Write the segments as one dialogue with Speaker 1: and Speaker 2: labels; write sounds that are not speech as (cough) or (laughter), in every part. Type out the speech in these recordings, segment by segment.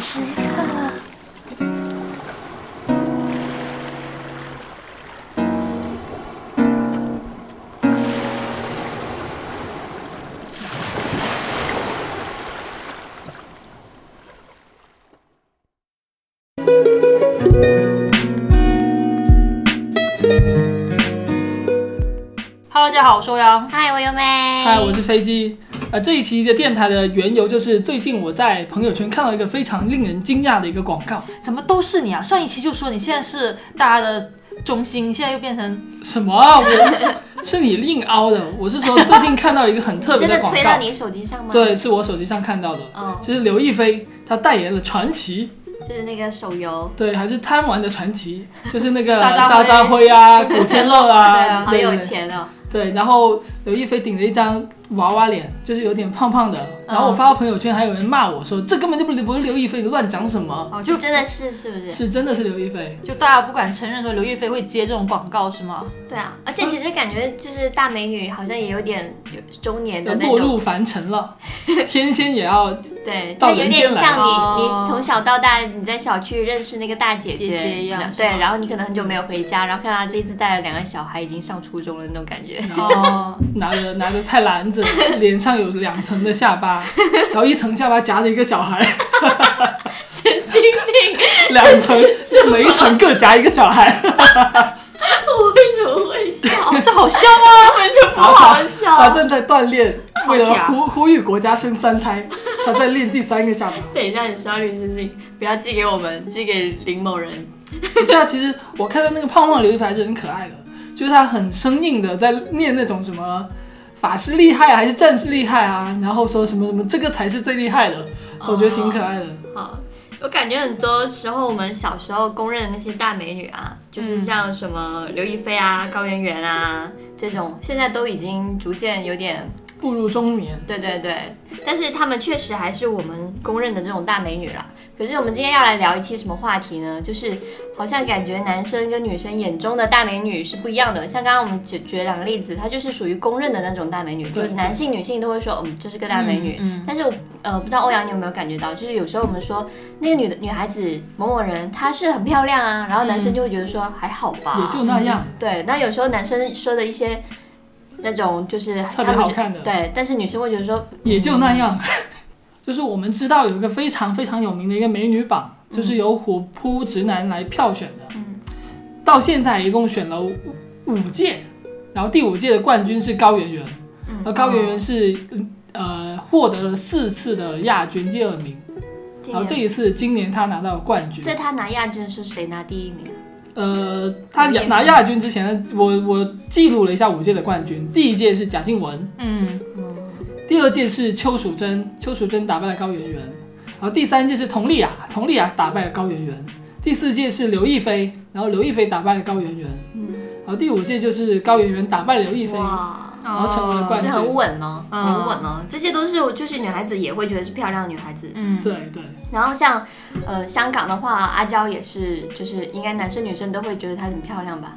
Speaker 1: 时刻。
Speaker 2: Hello，大家好，我是欧阳。
Speaker 1: 嗨，我优美。
Speaker 3: 嗨，我是飞机。呃，这一期的电台的缘由就是最近我在朋友圈看到一个非常令人惊讶的一个广告，
Speaker 2: 怎么都是你啊？上一期就说你现在是大家的中心，现在又变成
Speaker 3: 什么啊？我 (laughs) 是你硬凹的，我是说最近看到一个很特别
Speaker 1: 真的
Speaker 3: 广
Speaker 1: 推到
Speaker 3: 告，
Speaker 1: 你手机上吗？，
Speaker 3: 对，是我手机上看到的，
Speaker 1: 哦，
Speaker 3: 就是刘亦菲她代言了传奇，
Speaker 1: 就是那个手游，
Speaker 3: 对，还是贪玩的传奇，就是
Speaker 1: (laughs)
Speaker 3: 那个
Speaker 2: 渣渣
Speaker 3: 渣
Speaker 2: 辉
Speaker 3: 渣辉啊、古天乐
Speaker 2: 对啊
Speaker 3: 啊，
Speaker 1: 好
Speaker 3: 对
Speaker 1: 有
Speaker 3: 对
Speaker 1: 钱哦。
Speaker 3: 对，然后刘亦菲顶着一张娃娃脸，就是有点胖胖的，然后我
Speaker 2: 嗯
Speaker 3: 发到朋友圈，还有人骂我说这根本就不不是刘亦菲，你乱讲什么？
Speaker 2: 啊，就
Speaker 1: 就真的是是不是？
Speaker 3: 是真的是刘亦菲，
Speaker 2: 就大家不敢承认说刘亦菲会接这种广告是吗？
Speaker 1: 对啊，而且其实感觉就是大美女好像也有点有中年
Speaker 3: 要
Speaker 1: 的那
Speaker 3: 落
Speaker 1: 种，
Speaker 3: 入凡尘
Speaker 1: (laughs)
Speaker 3: 了，天仙也要
Speaker 1: 对，她
Speaker 3: 到
Speaker 1: 有
Speaker 3: 人
Speaker 1: 点
Speaker 3: 间来
Speaker 1: 像
Speaker 2: 了
Speaker 1: 你，你从小到大你在小区认识那个大姐
Speaker 2: 姐姐一样
Speaker 1: 对
Speaker 2: 是，吗
Speaker 1: 然后你可能很久没有回家，然后看她这一次带了两个小孩，已经上初中了那种感觉。
Speaker 2: 哦，
Speaker 3: 拿着拿着菜篮
Speaker 1: (laughs)
Speaker 3: 子，脸上有两层的下巴，然后一层下巴夹着一个小孩，
Speaker 1: 神经病，
Speaker 3: 两层是每一层各夹一个
Speaker 1: (laughs)
Speaker 3: 小孩，
Speaker 1: 我为什么会笑？
Speaker 2: 这好笑
Speaker 3: (laughs)
Speaker 2: 吗？
Speaker 1: 根啊本就不
Speaker 3: 然后
Speaker 1: 好
Speaker 3: 他他
Speaker 1: 笑。
Speaker 3: 正在锻炼，为了
Speaker 2: 好假
Speaker 3: 呼呼吁国家生三胎，他在练第三个下巴。
Speaker 1: 等一下，你刷律师信，不要寄给我们，寄给林某人。
Speaker 3: (laughs) 不是啊，其实我看到那个胖胖的刘亦菲还是很可爱的，就是她很生硬的在念那种什么法师厉害啊还是战士厉害啊，然后说什么什么这个才是最厉害的，我觉得挺可爱的。
Speaker 1: 好，我感觉很多时候我们小时候公认的那些大美女啊，就是像什么刘亦菲
Speaker 3: 嗯
Speaker 1: 啊、高圆圆啊这种，现在都已经逐渐有点，
Speaker 3: 步入中年，
Speaker 1: 对对对，但是她们确实还是我们公认的这种大美女啦。可是我们今天要来聊一期什么话题呢？就是好像感觉男生跟女生眼中的大美女是不一样的。像刚刚我们举举了两个例子，她就是属于公认的那种大美女，就
Speaker 3: 对
Speaker 1: 是男性、女性都会说，嗯，这是个大美女。
Speaker 2: 嗯，
Speaker 1: 但是我呃，不知道欧阳你有没有感觉到，就是有时候我们说那个女的女孩子某某人，她是很漂亮啊，然后男生就会觉得说、还好吧，
Speaker 3: 也嗯就那样，
Speaker 1: 对。那有时候男生说的一些那种就是
Speaker 3: 特
Speaker 1: 嗯他
Speaker 3: 别
Speaker 1: 们
Speaker 3: 好
Speaker 1: 觉
Speaker 3: 看的，
Speaker 1: 对，但是女生会觉得说
Speaker 3: 也就那样。 (laughs) 就是我们知道有一个非常非常有名的一个美女榜，就是由虎扑直男来票选的，
Speaker 1: 嗯
Speaker 3: 到现在一共选了五五届，然后第五届的冠军是高圆圆，而
Speaker 1: 嗯，
Speaker 3: 高圆圆是呃获得了四次的亚军第二名，
Speaker 1: 今
Speaker 3: 然后这
Speaker 1: 年
Speaker 3: 一次今年她拿到了冠军。
Speaker 1: 在她拿亚军的时候，谁拿第一名啊？
Speaker 3: 呃，她
Speaker 1: 有点
Speaker 3: 拿亚军之前，我我记录了一下五届的冠军，第一届是贾静雯，
Speaker 2: 嗯，
Speaker 1: 嗯，
Speaker 3: 第二届是邱淑贞，邱淑贞打败了高圆圆，然后第三届是佟丽娅，佟丽娅打败了高圆圆，第四届是刘亦菲，然后刘亦菲打败了高圆圆，
Speaker 1: 嗯
Speaker 3: 然后第五届就是高圆圆打败刘亦菲，
Speaker 1: 哇。
Speaker 3: 然后成为了
Speaker 1: 就
Speaker 3: 冠
Speaker 1: 是
Speaker 3: 军
Speaker 1: 很稳哦，
Speaker 2: 嗯
Speaker 1: 很稳哦，这些都是就是女孩子也会觉得是漂亮的女孩子，
Speaker 2: 嗯，
Speaker 3: 对对，
Speaker 1: 然后像呃香港的话，阿娇也是，就是应该男生女生都会觉得她很漂亮吧，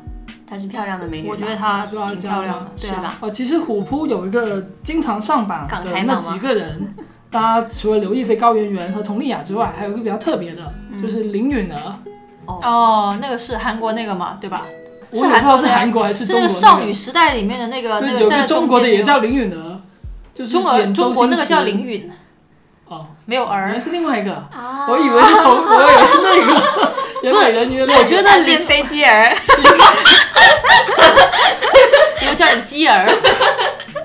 Speaker 1: 她是漂亮的美女吧。
Speaker 2: 我觉得她
Speaker 3: 说到
Speaker 2: 挺
Speaker 3: 这
Speaker 2: 漂亮的，
Speaker 1: 是
Speaker 2: 对啊？
Speaker 1: 吧？
Speaker 3: 哦，其实虎扑有一个经常上榜
Speaker 1: 港
Speaker 3: 的
Speaker 1: 台
Speaker 3: 那
Speaker 1: 榜吗
Speaker 3: 几个人，大家除了刘亦菲、高圆圆和佟丽娅之外，还有一个比较特别的，
Speaker 1: 嗯
Speaker 3: 就是林允儿。
Speaker 1: 啊
Speaker 2: 哦，那个是韩国那个嘛，对吧？
Speaker 3: 我
Speaker 2: 是
Speaker 3: 也不知
Speaker 2: 韩
Speaker 3: 道
Speaker 2: 国
Speaker 3: 是
Speaker 2: 的呀
Speaker 3: 韩国还
Speaker 2: 是
Speaker 3: 是中
Speaker 2: 那
Speaker 3: 国
Speaker 2: 个
Speaker 3: 那个。
Speaker 2: 少女时代里面的那个那
Speaker 3: 对，
Speaker 2: 个
Speaker 3: 有
Speaker 2: 站
Speaker 3: 个
Speaker 2: 在
Speaker 3: 中
Speaker 2: 中
Speaker 3: 国的
Speaker 2: 间
Speaker 3: 也
Speaker 2: 那个
Speaker 3: 叫林允儿，就是
Speaker 2: 中儿，
Speaker 3: 演周
Speaker 2: 中国那个
Speaker 3: 星驰
Speaker 2: 叫林允，
Speaker 3: 哦，
Speaker 2: 没有
Speaker 3: 原
Speaker 2: 儿
Speaker 3: 来。是另外一个，
Speaker 1: 啊
Speaker 3: 我以为是同，我以为是那个
Speaker 2: (laughs)
Speaker 3: 原本人鱼的那个。
Speaker 2: 我觉得林
Speaker 1: 飞机儿，
Speaker 2: 又叫你鸡儿。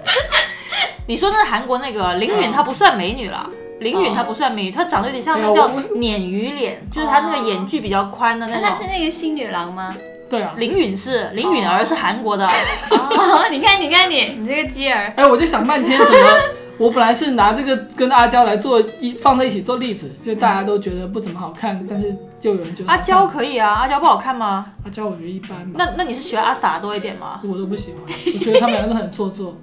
Speaker 2: (laughs) 你说那韩国那个林允，她不算美女了。林允她不算美女，她长得有点像那
Speaker 3: 嗯哦哎
Speaker 2: 个
Speaker 3: 呀
Speaker 2: 叫
Speaker 3: 我哦啊
Speaker 2: 鲶鱼脸，就是她那个眼距比较宽的
Speaker 1: (laughs) 那
Speaker 2: 那
Speaker 1: 她
Speaker 2: 种
Speaker 1: 是。那个新女郎吗？
Speaker 3: 对啊，
Speaker 2: 林允是林允儿是韩
Speaker 3: (laughs)
Speaker 2: 国的，
Speaker 1: 哦， (laughs) 你看，你看你，你这个鸡儿，
Speaker 3: 哎，我就想半天怎么。我本来是拿这个跟阿娇来做一放在一起做例子，就大家都觉得不怎么好看，但是就有人觉得好
Speaker 2: 阿
Speaker 3: 看
Speaker 2: 娇可以啊，阿娇不好看吗？
Speaker 3: 阿娇我觉得一般吧，
Speaker 2: 那那你是喜欢阿 sa 多一点吗？
Speaker 3: 我都不喜欢，我觉得他们两个都很做作。 (laughs)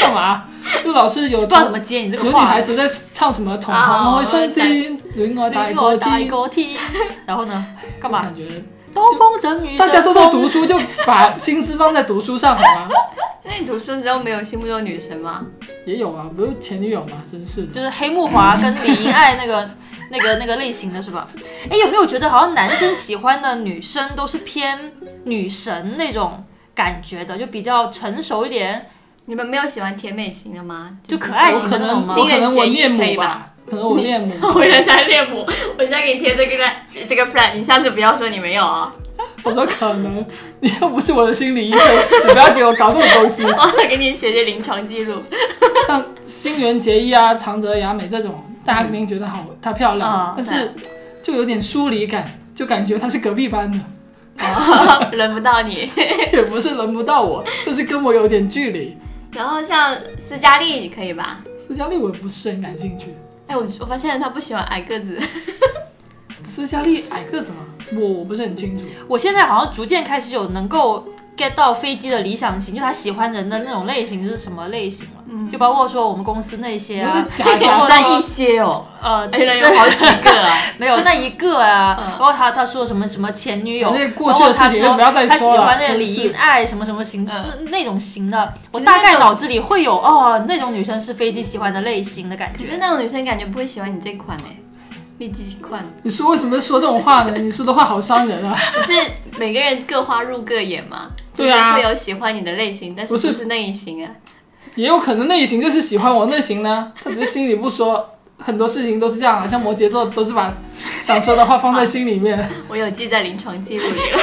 Speaker 3: 干嘛？就老是有
Speaker 2: 不知道怎么接你这
Speaker 3: 有
Speaker 2: 个
Speaker 3: 女
Speaker 2: 话。
Speaker 3: 孩子在唱什么“同
Speaker 1: 啊
Speaker 3: 行会身心，令我大
Speaker 2: 林我
Speaker 3: 歌
Speaker 2: 打一
Speaker 3: 听
Speaker 2: 个 T，然 (laughs) 后
Speaker 3: (laughs)
Speaker 2: 呢？”，干嘛？
Speaker 3: 感觉
Speaker 2: 东风枕雨，
Speaker 3: 大家都在读书，就把心思放在读书上好吗？
Speaker 1: 那你读书的时候没有心目中的女神吗？
Speaker 3: 也有啊，不是前女友吗？真是的。
Speaker 2: 就是黑木华跟李英爱那个 (laughs) 那个那个类型的是吧？哎，有没有觉得好像男生喜欢的女生都是偏女神那种感觉的，就比较成熟一点？
Speaker 1: 你们没有喜欢甜美型的吗？
Speaker 2: 就可爱
Speaker 3: 我
Speaker 2: 型
Speaker 3: 可
Speaker 2: 的那
Speaker 3: 能
Speaker 2: 种吗
Speaker 3: 我可能我恋
Speaker 1: 可以
Speaker 3: 母
Speaker 1: 吧
Speaker 3: 吧，可能我
Speaker 2: (laughs)
Speaker 3: 恋母。
Speaker 1: 我原来恋母，我现在给你贴这个 flag- 这个 flag，你下次不要说你没有啊、
Speaker 3: 我说可能，你又不是我的心理医生，你不要给我搞这种东
Speaker 1: (laughs)
Speaker 3: 西。
Speaker 1: 我要给你写些临床记录。 (laughs)
Speaker 2: (laughs)
Speaker 3: 像新垣结衣啊、长泽雅美这种，大家肯定觉得好，她漂
Speaker 1: 嗯，
Speaker 3: 亮但是就有点疏离感，就感觉她是隔壁班的， (laughs)
Speaker 1: 轮不到你。
Speaker 3: 也不是轮不到我，就是跟我有点距离。
Speaker 1: 然后像斯嘉丽可以吧？
Speaker 3: 斯嘉丽我也不是很感兴趣，
Speaker 1: 哎，我我发现他不喜欢矮个子，
Speaker 3: 斯嘉丽矮个子吗？我我不是很清楚。
Speaker 2: 我现在好像逐渐开始有能够 get 到飞机的理想型，就他喜欢人的那种类型是什么类型了？就包括说我们公司那些啊，
Speaker 3: 我
Speaker 2: (laughs)
Speaker 1: (laughs)
Speaker 3: 嗯是假假
Speaker 2: 我
Speaker 3: 装哎
Speaker 2: 在
Speaker 1: 一些哦，
Speaker 2: 呃，
Speaker 1: 原来有好几个啊。
Speaker 2: 没有那一个
Speaker 3: (laughs)
Speaker 2: 啊，
Speaker 1: 嗯
Speaker 2: 包括他他说什么什么前女友，啊
Speaker 3: 那过
Speaker 2: 包
Speaker 3: 去
Speaker 2: 括
Speaker 3: 的事
Speaker 2: 他
Speaker 3: 情
Speaker 2: 说
Speaker 3: 就不要再
Speaker 2: 他喜
Speaker 3: 说了
Speaker 2: 欢那个
Speaker 3: 真
Speaker 2: 李
Speaker 3: 是
Speaker 2: 英爱什么什么型、
Speaker 1: 嗯
Speaker 2: 那那种型的，我
Speaker 1: 可是
Speaker 2: 大
Speaker 1: 那
Speaker 2: 概
Speaker 1: 种
Speaker 2: 脑子里会有哦，那种女生是飞机喜欢的类型的感觉。
Speaker 1: 可是那种女生感觉不会喜欢你这款哎，毕竟款
Speaker 3: 你说为什么说这种话呢？你说的话好伤人啊！ (laughs)
Speaker 1: 只是每个人各花入各眼嘛，就是
Speaker 3: 对啊
Speaker 1: 会有喜欢你的类型，但是
Speaker 3: 不是
Speaker 1: 不是那一型啊。
Speaker 3: 也有可能内型就是喜欢我内型呢，他只是心里不说，很多事情都是这样啊，像摩羯座都是把想说的话放在心里面。
Speaker 1: 我有记在临床记录里了。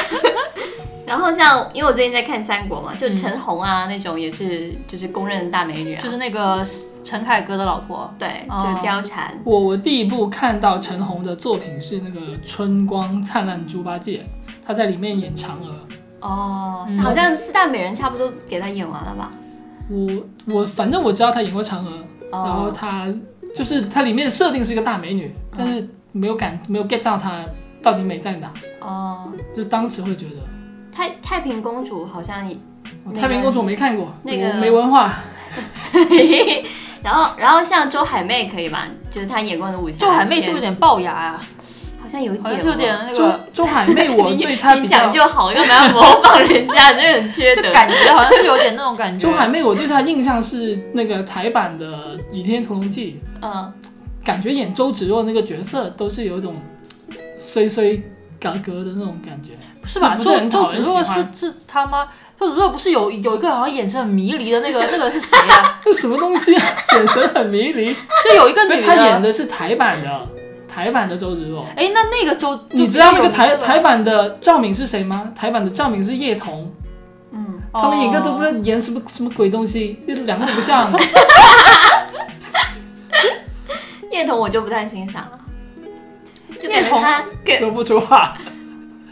Speaker 1: (laughs) 然后像，因为我最近在看三国嘛，就陈红啊、那种也是，就是公认的大美女啊，
Speaker 2: 就
Speaker 1: 就是
Speaker 2: 是那个陈凯歌的老婆，
Speaker 1: 对，
Speaker 2: 哦
Speaker 1: 就貂蝉，
Speaker 3: 我我第一部看到陈红的作品是那个《春光灿烂猪八戒》，她在里面演嫦娥。
Speaker 1: 哦，
Speaker 2: 嗯
Speaker 1: 好像四大美人差不多给她演完了吧？
Speaker 3: 我我反正我知道她演过嫦娥，然后
Speaker 1: 哦，
Speaker 3: 她就是她里面的设定是一个大美女，但是没有感没有 get 到她到底美在哪，
Speaker 1: 哦，
Speaker 3: 就当时会觉得。
Speaker 1: 太太平公主好像也， (laughs)
Speaker 3: 我
Speaker 1: 那个
Speaker 3: 太平公主没看过，
Speaker 1: 那个
Speaker 3: 我没文化，
Speaker 1: 然后然后像周海媚可以吧？就是她演过的武侠，
Speaker 2: 就海妹是不是有点龅牙啊呀、
Speaker 1: 好像有一
Speaker 2: 好
Speaker 1: 点
Speaker 2: 像
Speaker 1: 哦，
Speaker 2: 是有点那
Speaker 3: 周
Speaker 2: 个，
Speaker 3: 周海媚，我对她
Speaker 1: (laughs) 你
Speaker 3: 比较
Speaker 1: 讲就好，干嘛要模仿人家？真的很缺
Speaker 2: 就
Speaker 1: 德。
Speaker 2: 感 (laughs) 觉好像是有点那种感觉
Speaker 3: 周。海媚，我对她印象是那个台版的《倚天屠龙记
Speaker 1: 嗯，》，
Speaker 3: 感觉演周芷若那个角色都是有一种呃衰衰格格的那种感觉。
Speaker 2: 是吧？
Speaker 3: 这不是
Speaker 2: 周
Speaker 3: 很
Speaker 2: 周
Speaker 3: 讨
Speaker 2: 芷
Speaker 3: 人喜
Speaker 2: 若
Speaker 3: 欢
Speaker 2: 是是他妈，周芷若不是有有一个好像眼神很迷离的那个那个是谁啊？
Speaker 3: 这什么东西啊？眼神很迷离。
Speaker 2: 就有一
Speaker 3: (laughs)
Speaker 2: 个
Speaker 3: 因为
Speaker 2: 女
Speaker 3: 她演
Speaker 2: 的，
Speaker 3: 的是台版的，台版的周芷若。
Speaker 2: 哎，那那个周，就
Speaker 3: 你知道那
Speaker 2: 有
Speaker 3: 个
Speaker 2: 一
Speaker 3: 台台版的赵敏是谁吗？台版的赵敏是叶童，
Speaker 1: 嗯，
Speaker 3: 他们演个都不知道演什么什么鬼东西，就两个都不像。
Speaker 1: 叶童我就不太欣赏了，就
Speaker 2: 叶
Speaker 1: 感觉
Speaker 2: 童
Speaker 1: 她更
Speaker 3: 说不出话，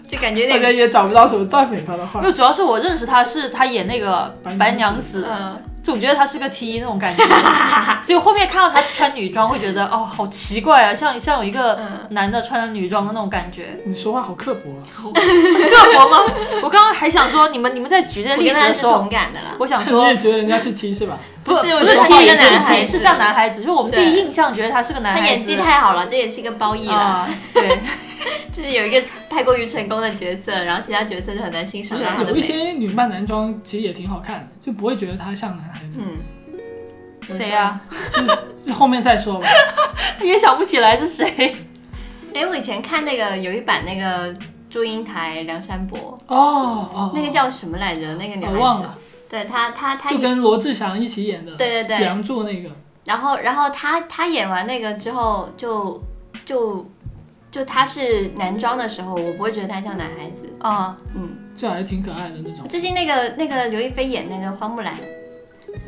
Speaker 1: 就感觉有
Speaker 3: 大
Speaker 1: 点
Speaker 3: 家也找不到什么赞美她的话
Speaker 2: 没。有，主要是我认识他是他演那个
Speaker 3: 白娘子
Speaker 2: 白娘子，
Speaker 1: 嗯，
Speaker 2: 总觉得他是个 T 那种感觉，
Speaker 1: (laughs)
Speaker 2: 所以后面看到他穿女装会觉得哦好奇怪啊，像像有一个
Speaker 1: 嗯
Speaker 2: 男的穿着女装的那种感
Speaker 1: (laughs)
Speaker 2: 觉。
Speaker 3: 你说话好刻薄啊！
Speaker 2: 刻薄吗？我刚刚还想说你们你们在举这些
Speaker 1: 我
Speaker 2: 例
Speaker 1: 跟
Speaker 2: 子
Speaker 1: 他
Speaker 2: 的
Speaker 1: 是
Speaker 2: 时候，
Speaker 1: 同感的啦。
Speaker 2: 我想
Speaker 3: 你
Speaker 2: 说
Speaker 3: 也觉得人家是 T 是吧？
Speaker 1: 不是我
Speaker 2: 不
Speaker 1: 觉
Speaker 2: 是
Speaker 1: 得
Speaker 2: T
Speaker 1: 他是
Speaker 2: 是
Speaker 1: 个男孩
Speaker 2: T
Speaker 1: 子
Speaker 2: 是像男孩子，就是我们第一印象觉得他是个男
Speaker 1: 他
Speaker 2: 孩子。
Speaker 1: 演技太好了，这也是一个褒义啦，
Speaker 2: 啊，
Speaker 1: (laughs)
Speaker 2: 对，
Speaker 1: 就是有一个太过于成功的角色，然后其他角色就很难欣赏到他的
Speaker 3: 有一
Speaker 1: 美。
Speaker 3: 些女扮男装其实也挺好看的，就不会觉得她像男孩子。
Speaker 1: 嗯，
Speaker 2: 谁
Speaker 1: 啊
Speaker 2: 呀、
Speaker 3: 就是后面再说吧。
Speaker 2: 也想不起来是谁。
Speaker 1: 哎，我以前看那个有一版那个祝英台、梁山伯，
Speaker 3: 哦哦，
Speaker 1: 那个叫什么来着？那个女孩
Speaker 3: 我
Speaker 1: 子，
Speaker 3: 忘了，
Speaker 1: 对她，她她
Speaker 3: 就
Speaker 1: 演，
Speaker 3: 跟罗志祥一起演的《
Speaker 1: 对对对，
Speaker 3: 梁祝》那个，
Speaker 1: 然后然后她她演完那个之后，就就就她是男装的时候，我不会觉得她像男孩子。
Speaker 2: 啊、
Speaker 1: 嗯，
Speaker 3: 就还挺可爱的那种。
Speaker 1: 最近那个那个刘亦菲演那个花木兰。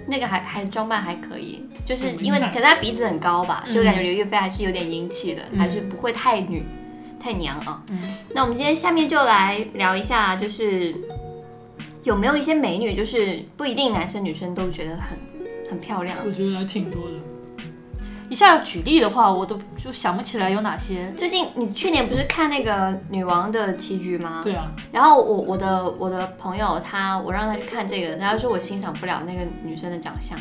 Speaker 1: 那个还还装扮还可以，就是因为
Speaker 3: 嗯
Speaker 1: 可能她鼻子很高吧，
Speaker 2: 嗯
Speaker 1: 就感觉刘亦菲还是有点英气的，还是不会太女、太娘啊。
Speaker 2: 嗯
Speaker 1: 那我们今天下面就来聊一下，就是有没有一些美女，就是不一定男生女生都觉得很很漂亮。
Speaker 3: 我觉得还挺多的。
Speaker 2: 一下要举例的话，我都就想不起来有哪些。
Speaker 1: 最近你去年不是看那个女王的棋局吗？
Speaker 3: 对啊，
Speaker 1: 然后我我的我的朋友他我让他去看这个，他说我欣赏不了那个女生的长相。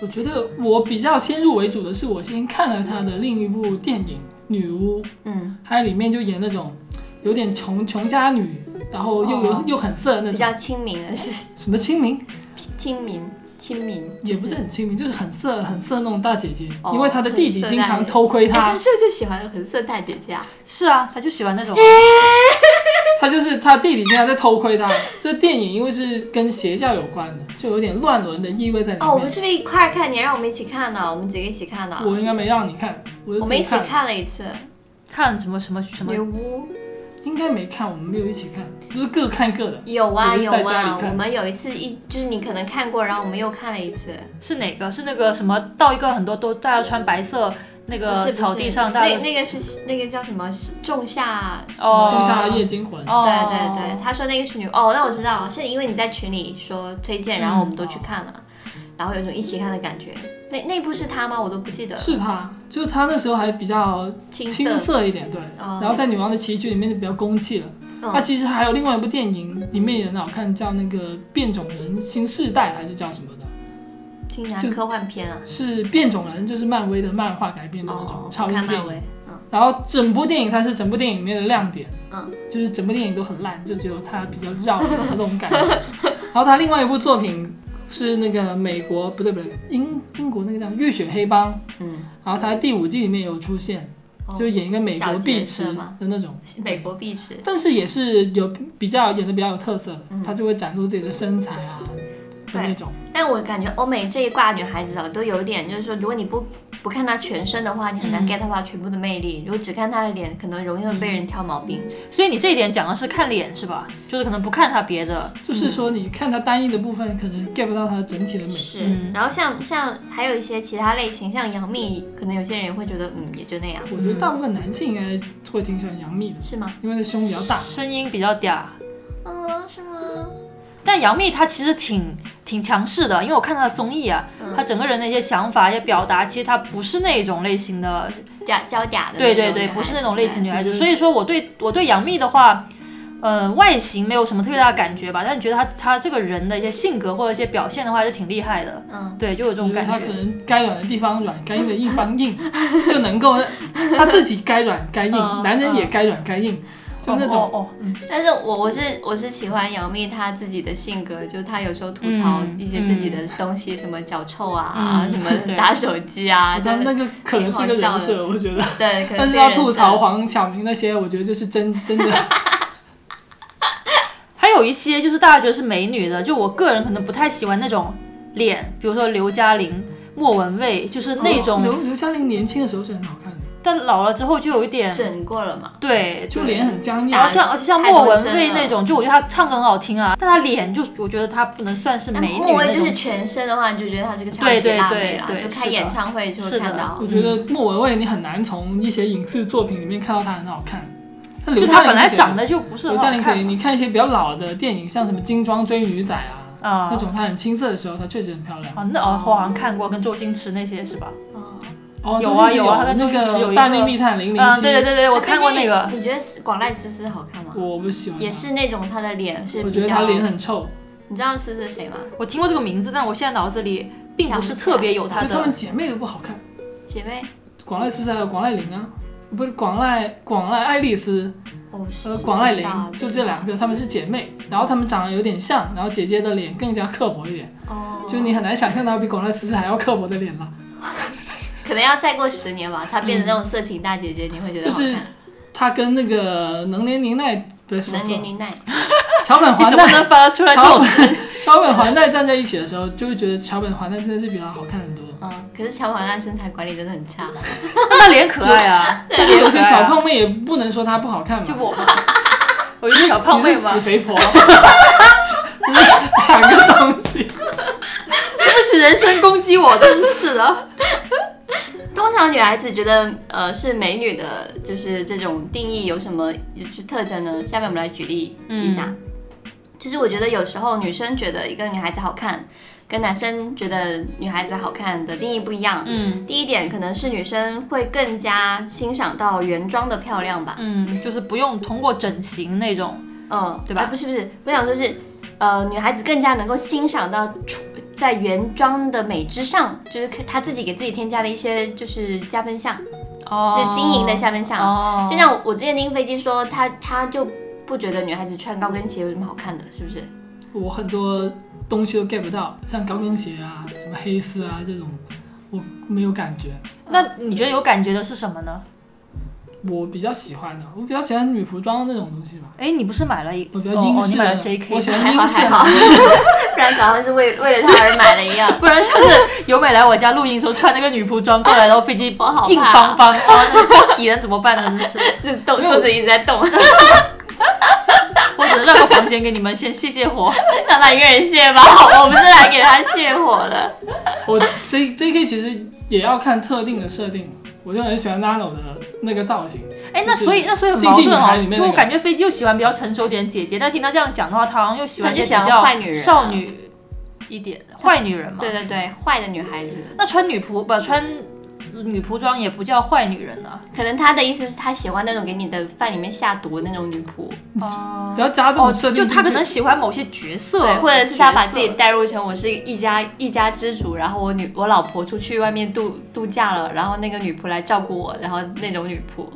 Speaker 3: 我觉得我比较先入为主的是，我先看了她的另一部电影《女巫》，
Speaker 1: 嗯，
Speaker 3: 她里面就演那种有点穷穷家女，然后又有、
Speaker 1: 哦
Speaker 3: 又很色的那
Speaker 1: 比
Speaker 3: 种。
Speaker 1: 较亲民的是
Speaker 3: 什么清明？
Speaker 1: (laughs) 亲民，亲民，
Speaker 3: 也不是很亲民，就是很色很色那种大姐姐，
Speaker 1: 哦
Speaker 3: 因为她的弟弟
Speaker 1: 很色
Speaker 3: 经
Speaker 1: 大
Speaker 3: 常
Speaker 1: 姐
Speaker 3: 偷窥
Speaker 1: 哎，
Speaker 3: 她
Speaker 1: 但，是就喜欢很色大姐姐啊，
Speaker 2: 是啊，他就喜欢那
Speaker 1: (laughs)
Speaker 2: 种，
Speaker 3: 她就是她弟弟经常在偷窥她。这电影因为是跟邪教有关的，就有点乱伦的意味在里面。
Speaker 1: 哦，我们是不是一块儿看？你还让我们一起看呢？我们几个一起看呢？
Speaker 3: 我应该没让你看，我就
Speaker 1: 我
Speaker 3: 自
Speaker 1: 们
Speaker 3: 己
Speaker 1: 一起
Speaker 3: 看，
Speaker 1: 看了一次
Speaker 2: 看什么什么什么
Speaker 1: 女巫，
Speaker 3: 应该没看，我们没有一起看，就是各看各的。
Speaker 1: 有啊
Speaker 3: 我就
Speaker 1: 有
Speaker 3: 在家里
Speaker 1: 啊，
Speaker 3: 看
Speaker 1: 我们有一次一就是你可能看过，然后我们又看了一次。
Speaker 2: 是哪个？是那个什么到一个很多都大家穿白色那
Speaker 1: 不是
Speaker 2: 个
Speaker 1: 不是
Speaker 2: 草地上，大家
Speaker 1: 那
Speaker 2: 都
Speaker 1: 那个是那个叫什
Speaker 3: 哦
Speaker 1: 么？是仲夏什
Speaker 2: 哦
Speaker 1: 么
Speaker 3: 仲夏夜惊魂，
Speaker 2: 哦，
Speaker 1: 对对对，他说那个是女哦，那我知道了，是因为你在群里说推荐，然后我们都去看了，
Speaker 3: 嗯
Speaker 1: 然后有一种一起看的感觉。那那部是他吗？我都不记得了。
Speaker 3: 是她，就是她那时候还比较
Speaker 1: 青
Speaker 3: 青
Speaker 1: 涩，
Speaker 3: 涩一点，对。
Speaker 1: 嗯
Speaker 3: 然后在《女王的棋局》里面就比较攻气了。
Speaker 1: 嗯
Speaker 3: 那其实还有另外一部电影，里面也很好看，叫那个《变种人新世代》还是叫什么的？
Speaker 1: 嗯听起来
Speaker 3: 就
Speaker 1: 科幻片啊。
Speaker 3: 是变种人，就是漫威的漫画改编的那
Speaker 1: 哦
Speaker 3: 种，超
Speaker 1: 我
Speaker 3: 英
Speaker 1: 看
Speaker 3: 电
Speaker 1: 漫
Speaker 3: 影。
Speaker 1: 威，嗯，
Speaker 3: 然后整部电影它是整部电影里面的亮点，
Speaker 1: 嗯，
Speaker 3: 就是整部电影都很烂，就只有它比较绕的那种
Speaker 1: (laughs)
Speaker 3: 感觉。然后他另外一部作品是那个美国不对不对英英国那个叫《浴血黑帮》，
Speaker 1: 嗯，
Speaker 3: 然后他在第五季里面有出现，
Speaker 1: 哦
Speaker 3: 就演一个美
Speaker 1: 小
Speaker 3: 国
Speaker 1: 角
Speaker 3: 碧
Speaker 1: 色
Speaker 3: 池
Speaker 1: 吗
Speaker 3: 的那种。
Speaker 1: 美国壁纸，
Speaker 3: 但是也是有比较演的比较有特色的
Speaker 1: 嗯，
Speaker 3: 她就会展露自己的身材啊的那种。
Speaker 1: 但我感觉欧美这一挂女孩子啊，都有一点就是说，如果你不不看她全身的话，你很
Speaker 2: 嗯
Speaker 1: 难 get 到她全部的魅力。如果只看她的脸，可能容易会被人挑毛病。
Speaker 2: 所以你这一点讲的是看脸是吧？就是可能不看他别的，
Speaker 3: 就是说，你看她单一的部分，可能 get 不到她整体的美。
Speaker 1: 是，
Speaker 2: 嗯
Speaker 1: 然后像像还有一些其他类型，像杨幂，可能有些人也会觉得，嗯，也就那样，
Speaker 3: 我觉得大部分男性应该会挺喜欢杨幂的，
Speaker 1: 是吗？
Speaker 3: 因为她胸比较
Speaker 1: 啊
Speaker 3: 大。
Speaker 2: 声音比较嗲。
Speaker 1: 嗯，是吗？
Speaker 2: 但杨幂她其实挺挺强势的，因为我看她的综艺啊，
Speaker 1: 嗯
Speaker 2: 她整个人的一些想法、一些表达，其实她不是那种类型的
Speaker 1: 嗲娇嗲的那种女孩子，
Speaker 2: 对对对，不是那种类型女
Speaker 1: 嗯
Speaker 2: 孩子，
Speaker 3: 对
Speaker 2: 所以说我对我对杨幂的话，呃，外形没有什么特别大的感觉吧，但觉得她她这个人的一些性格或者一些表现的话，还是挺厉害的，
Speaker 1: 嗯，
Speaker 2: 对，就有这种
Speaker 3: 就是
Speaker 2: 感
Speaker 3: 她可
Speaker 2: 觉。
Speaker 3: 能该软的地方软，该硬的地
Speaker 2: (laughs)
Speaker 3: 方硬，就能够她自己该软该
Speaker 2: 嗯
Speaker 3: 硬，男人也该软该硬，就那
Speaker 2: 哦
Speaker 3: 种。
Speaker 2: 哦，哦
Speaker 1: 但是我我是我是喜欢杨幂她自己的性格，就是她有时候吐槽
Speaker 2: 嗯
Speaker 1: 一些自己的东西，什么脚臭啊，
Speaker 2: 嗯
Speaker 1: 什
Speaker 2: 对
Speaker 1: 么打手机啊，
Speaker 3: 但
Speaker 1: 真
Speaker 3: (laughs)
Speaker 1: 的
Speaker 3: 那个可能是一个
Speaker 1: 挺好
Speaker 3: 人
Speaker 1: 笑的
Speaker 3: 设，我觉得。
Speaker 1: 对，可能
Speaker 3: 但是
Speaker 1: 一个
Speaker 3: 要
Speaker 1: 人
Speaker 3: 吐
Speaker 1: 设
Speaker 3: 槽黄晓明那些，我觉得就是真真的。
Speaker 2: 还有一些就是大家觉得是美女的，就我个人可能不太喜欢那种脸，比如说刘嘉玲、莫文蔚，就是 (laughs) 那种，
Speaker 3: 哦刘刘嘉玲年轻的时候是很好看的，
Speaker 2: 但老了之后就有一点
Speaker 1: 整过了嘛，
Speaker 2: 对，
Speaker 3: 就
Speaker 2: 对
Speaker 3: 脸很僵硬
Speaker 2: 然。后像而且像
Speaker 1: 太
Speaker 2: 莫
Speaker 1: 多
Speaker 2: 文
Speaker 1: 真
Speaker 2: 蔚
Speaker 1: 了
Speaker 2: 那种，就我觉得她唱歌很好听啊，但她脸就我觉得她不能算是
Speaker 1: 那
Speaker 2: 美女
Speaker 1: 哎莫文
Speaker 2: 那
Speaker 1: 蔚就
Speaker 2: 种。
Speaker 1: 是全身的话，你就觉得她是个超
Speaker 2: 对
Speaker 1: 级
Speaker 2: 对
Speaker 1: 辣
Speaker 2: 对
Speaker 1: 妹啦，
Speaker 2: 对
Speaker 1: 就是开
Speaker 2: 的
Speaker 1: 演唱会就会
Speaker 2: 是的
Speaker 1: 看到
Speaker 3: 我。觉
Speaker 2: 嗯
Speaker 3: 得莫文蔚你很难从一些影视作品里面看到她很好看，但
Speaker 2: 就
Speaker 3: 刘
Speaker 2: 她
Speaker 3: 嘉
Speaker 2: 本
Speaker 3: 玲
Speaker 2: 来
Speaker 3: 是
Speaker 2: 长
Speaker 3: 得
Speaker 2: 得就不是
Speaker 3: 刘
Speaker 2: 很
Speaker 3: 嘉
Speaker 2: 好
Speaker 3: 玲可以，
Speaker 2: 看嘛
Speaker 3: 你看一些比较老的电影，像什么《精装追女仔》啊
Speaker 2: 啊
Speaker 3: 那种，她很青涩的时候，她确实很漂亮。
Speaker 2: 啊，那哦，我好像看过跟周星驰那些是吧？
Speaker 1: 哦
Speaker 3: 哦，
Speaker 2: 有啊
Speaker 3: 就是
Speaker 2: 有啊她跟
Speaker 3: 那
Speaker 2: 周星驰有一
Speaker 3: 个《
Speaker 2: 个
Speaker 3: 大内密探零零
Speaker 2: 啊，
Speaker 3: 七
Speaker 2: 对对》，对对，我
Speaker 1: 哎
Speaker 2: 看过那个，
Speaker 1: 你觉得广濑丝丝好看吗？
Speaker 3: 我不喜欢她，
Speaker 1: 也是那种她的脸是
Speaker 3: 我
Speaker 1: 比
Speaker 3: 觉
Speaker 1: 较，
Speaker 3: 得她脸很臭。
Speaker 1: 你知道丝丝谁吗？
Speaker 2: 我听过这个名字，但我现在脑子里并不是特别有
Speaker 1: 想
Speaker 2: 她
Speaker 3: 就她
Speaker 2: 的
Speaker 3: 们。姐妹都不好看，
Speaker 1: 姐妹，
Speaker 3: 广濑丝丝还有广濑铃啊，不是广濑广濑爱丽丝。
Speaker 1: 哦，
Speaker 3: 呃，广濑
Speaker 1: 不知道
Speaker 3: 铃就这两个，她们是姐妹，然后她们长得有点像，然后姐姐的脸更加刻薄一点，
Speaker 1: 哦，
Speaker 3: 就你很难想象到比广濑丝丝还要刻薄的脸了。
Speaker 1: 可能要再过十年吧，她变成那种色情大姐姐，你会觉得
Speaker 3: 就
Speaker 1: 好
Speaker 3: 是
Speaker 1: 看。
Speaker 3: 她跟那个能连宁奈不是
Speaker 1: 能年
Speaker 3: 说
Speaker 1: 龄奈，
Speaker 3: 桥本
Speaker 2: 你
Speaker 3: 环
Speaker 2: 怎 (laughs) 么
Speaker 3: 奈，
Speaker 2: 能发出来这
Speaker 3: 桥
Speaker 2: 种
Speaker 3: 本？桥本环奈站在一起的时候，就会觉得桥本环奈真的是比她好看很多。
Speaker 1: 嗯，可是乔宝娜身材管理真的很差，
Speaker 2: 那她脸可爱啊，
Speaker 3: 但是有些小胖妹也不能说她不好看
Speaker 2: 就
Speaker 3: 嘛，
Speaker 2: 我嘛， (laughs) 我就是小胖妹
Speaker 3: 你是
Speaker 2: 嘛
Speaker 3: 死。肥 (laughs) 婆，就是两个东西。
Speaker 2: 又是人身攻击我，真是的。
Speaker 1: (laughs) 通常女孩子觉得，呃，是美女的，就是这种定义有什么就是特征呢？下面我们来举例一下。
Speaker 2: 嗯
Speaker 1: 就是我觉得有时候女生觉得一个女孩子好看，跟男生觉得女孩子好看的定义不一样。
Speaker 2: 嗯
Speaker 1: 第一点可能是女生会更加欣赏到原装的漂亮吧，
Speaker 2: 嗯，就是不用通过整形那种。
Speaker 1: 嗯，
Speaker 2: 对吧
Speaker 1: 啊不是不是，我想说是，呃，女孩子更加能够欣赏到出在原装的美之上，就是她自己给自己添加的一些就是加分项，
Speaker 2: 哦，
Speaker 1: 就是经营的加分项。
Speaker 2: 哦，
Speaker 1: 就像我我之前听飞机说，她她就不觉得女孩子穿高跟鞋有什么好看的，是不是？
Speaker 3: 我很多东西都 get 不到，像高跟鞋啊、什么黑丝啊这种，我没有感觉。
Speaker 2: 那你觉得有感觉的是什么呢？
Speaker 3: 我比较喜欢的，我比较喜欢女服装那种东西吧。
Speaker 2: 哎，你不是买了一
Speaker 3: 我比较
Speaker 2: 哦
Speaker 3: 英
Speaker 2: 哦你
Speaker 3: 式
Speaker 2: 买
Speaker 3: 的
Speaker 2: 了 JK，
Speaker 3: 我喜欢
Speaker 1: 还好
Speaker 3: 英式
Speaker 1: 还
Speaker 3: 的
Speaker 1: 好，不然搞像是为为了他而买了一 (laughs) 样。
Speaker 2: 不然上次由美来我家录音的时候穿那个女仆装过来，然后飞机
Speaker 1: 我好怕
Speaker 2: 硬邦邦，然哦后那个破皮人怎么办呢？真是，
Speaker 1: 动桌子一直在动，
Speaker 2: 我只能让个房间给你们先泄泄火。
Speaker 1: (laughs) 让他一个人卸吧。 (laughs) 我们是来给他泄火的。
Speaker 3: 我 J J K 其实也要看特定的设定，我就很喜欢 Nano 的那个造型。
Speaker 2: 哎，那所以那所以很
Speaker 3: 竞
Speaker 2: 矛
Speaker 3: 技女
Speaker 2: 盾
Speaker 3: 孩
Speaker 2: 哦，
Speaker 3: 里面
Speaker 2: 因
Speaker 3: 那
Speaker 2: 为
Speaker 3: 个
Speaker 2: 我感觉飞机又喜欢比较成熟点姐姐，但听他这样讲的话，他好像又喜欢一些
Speaker 1: 她就
Speaker 2: 比
Speaker 1: 喜欢坏女
Speaker 2: 较
Speaker 1: 人啊
Speaker 2: 少女一点的坏女人嘛。
Speaker 1: (laughs) 对对对，坏的女孩子，
Speaker 2: 那穿女仆不穿女仆装也不叫坏女人啊呢。
Speaker 1: 可能他的意思是他喜欢那种给你的饭里面下毒的那种女仆，
Speaker 3: 不要加这
Speaker 2: 哦，
Speaker 3: 种设
Speaker 2: 就
Speaker 3: 定进去、
Speaker 2: 他可能喜欢某些角色，
Speaker 1: 对，或者是他把自己
Speaker 2: 角色
Speaker 1: 代入成我是一家一家之主，然后我女我老婆出去外面度度假了，然后那个女仆来照顾我，然后那种女仆。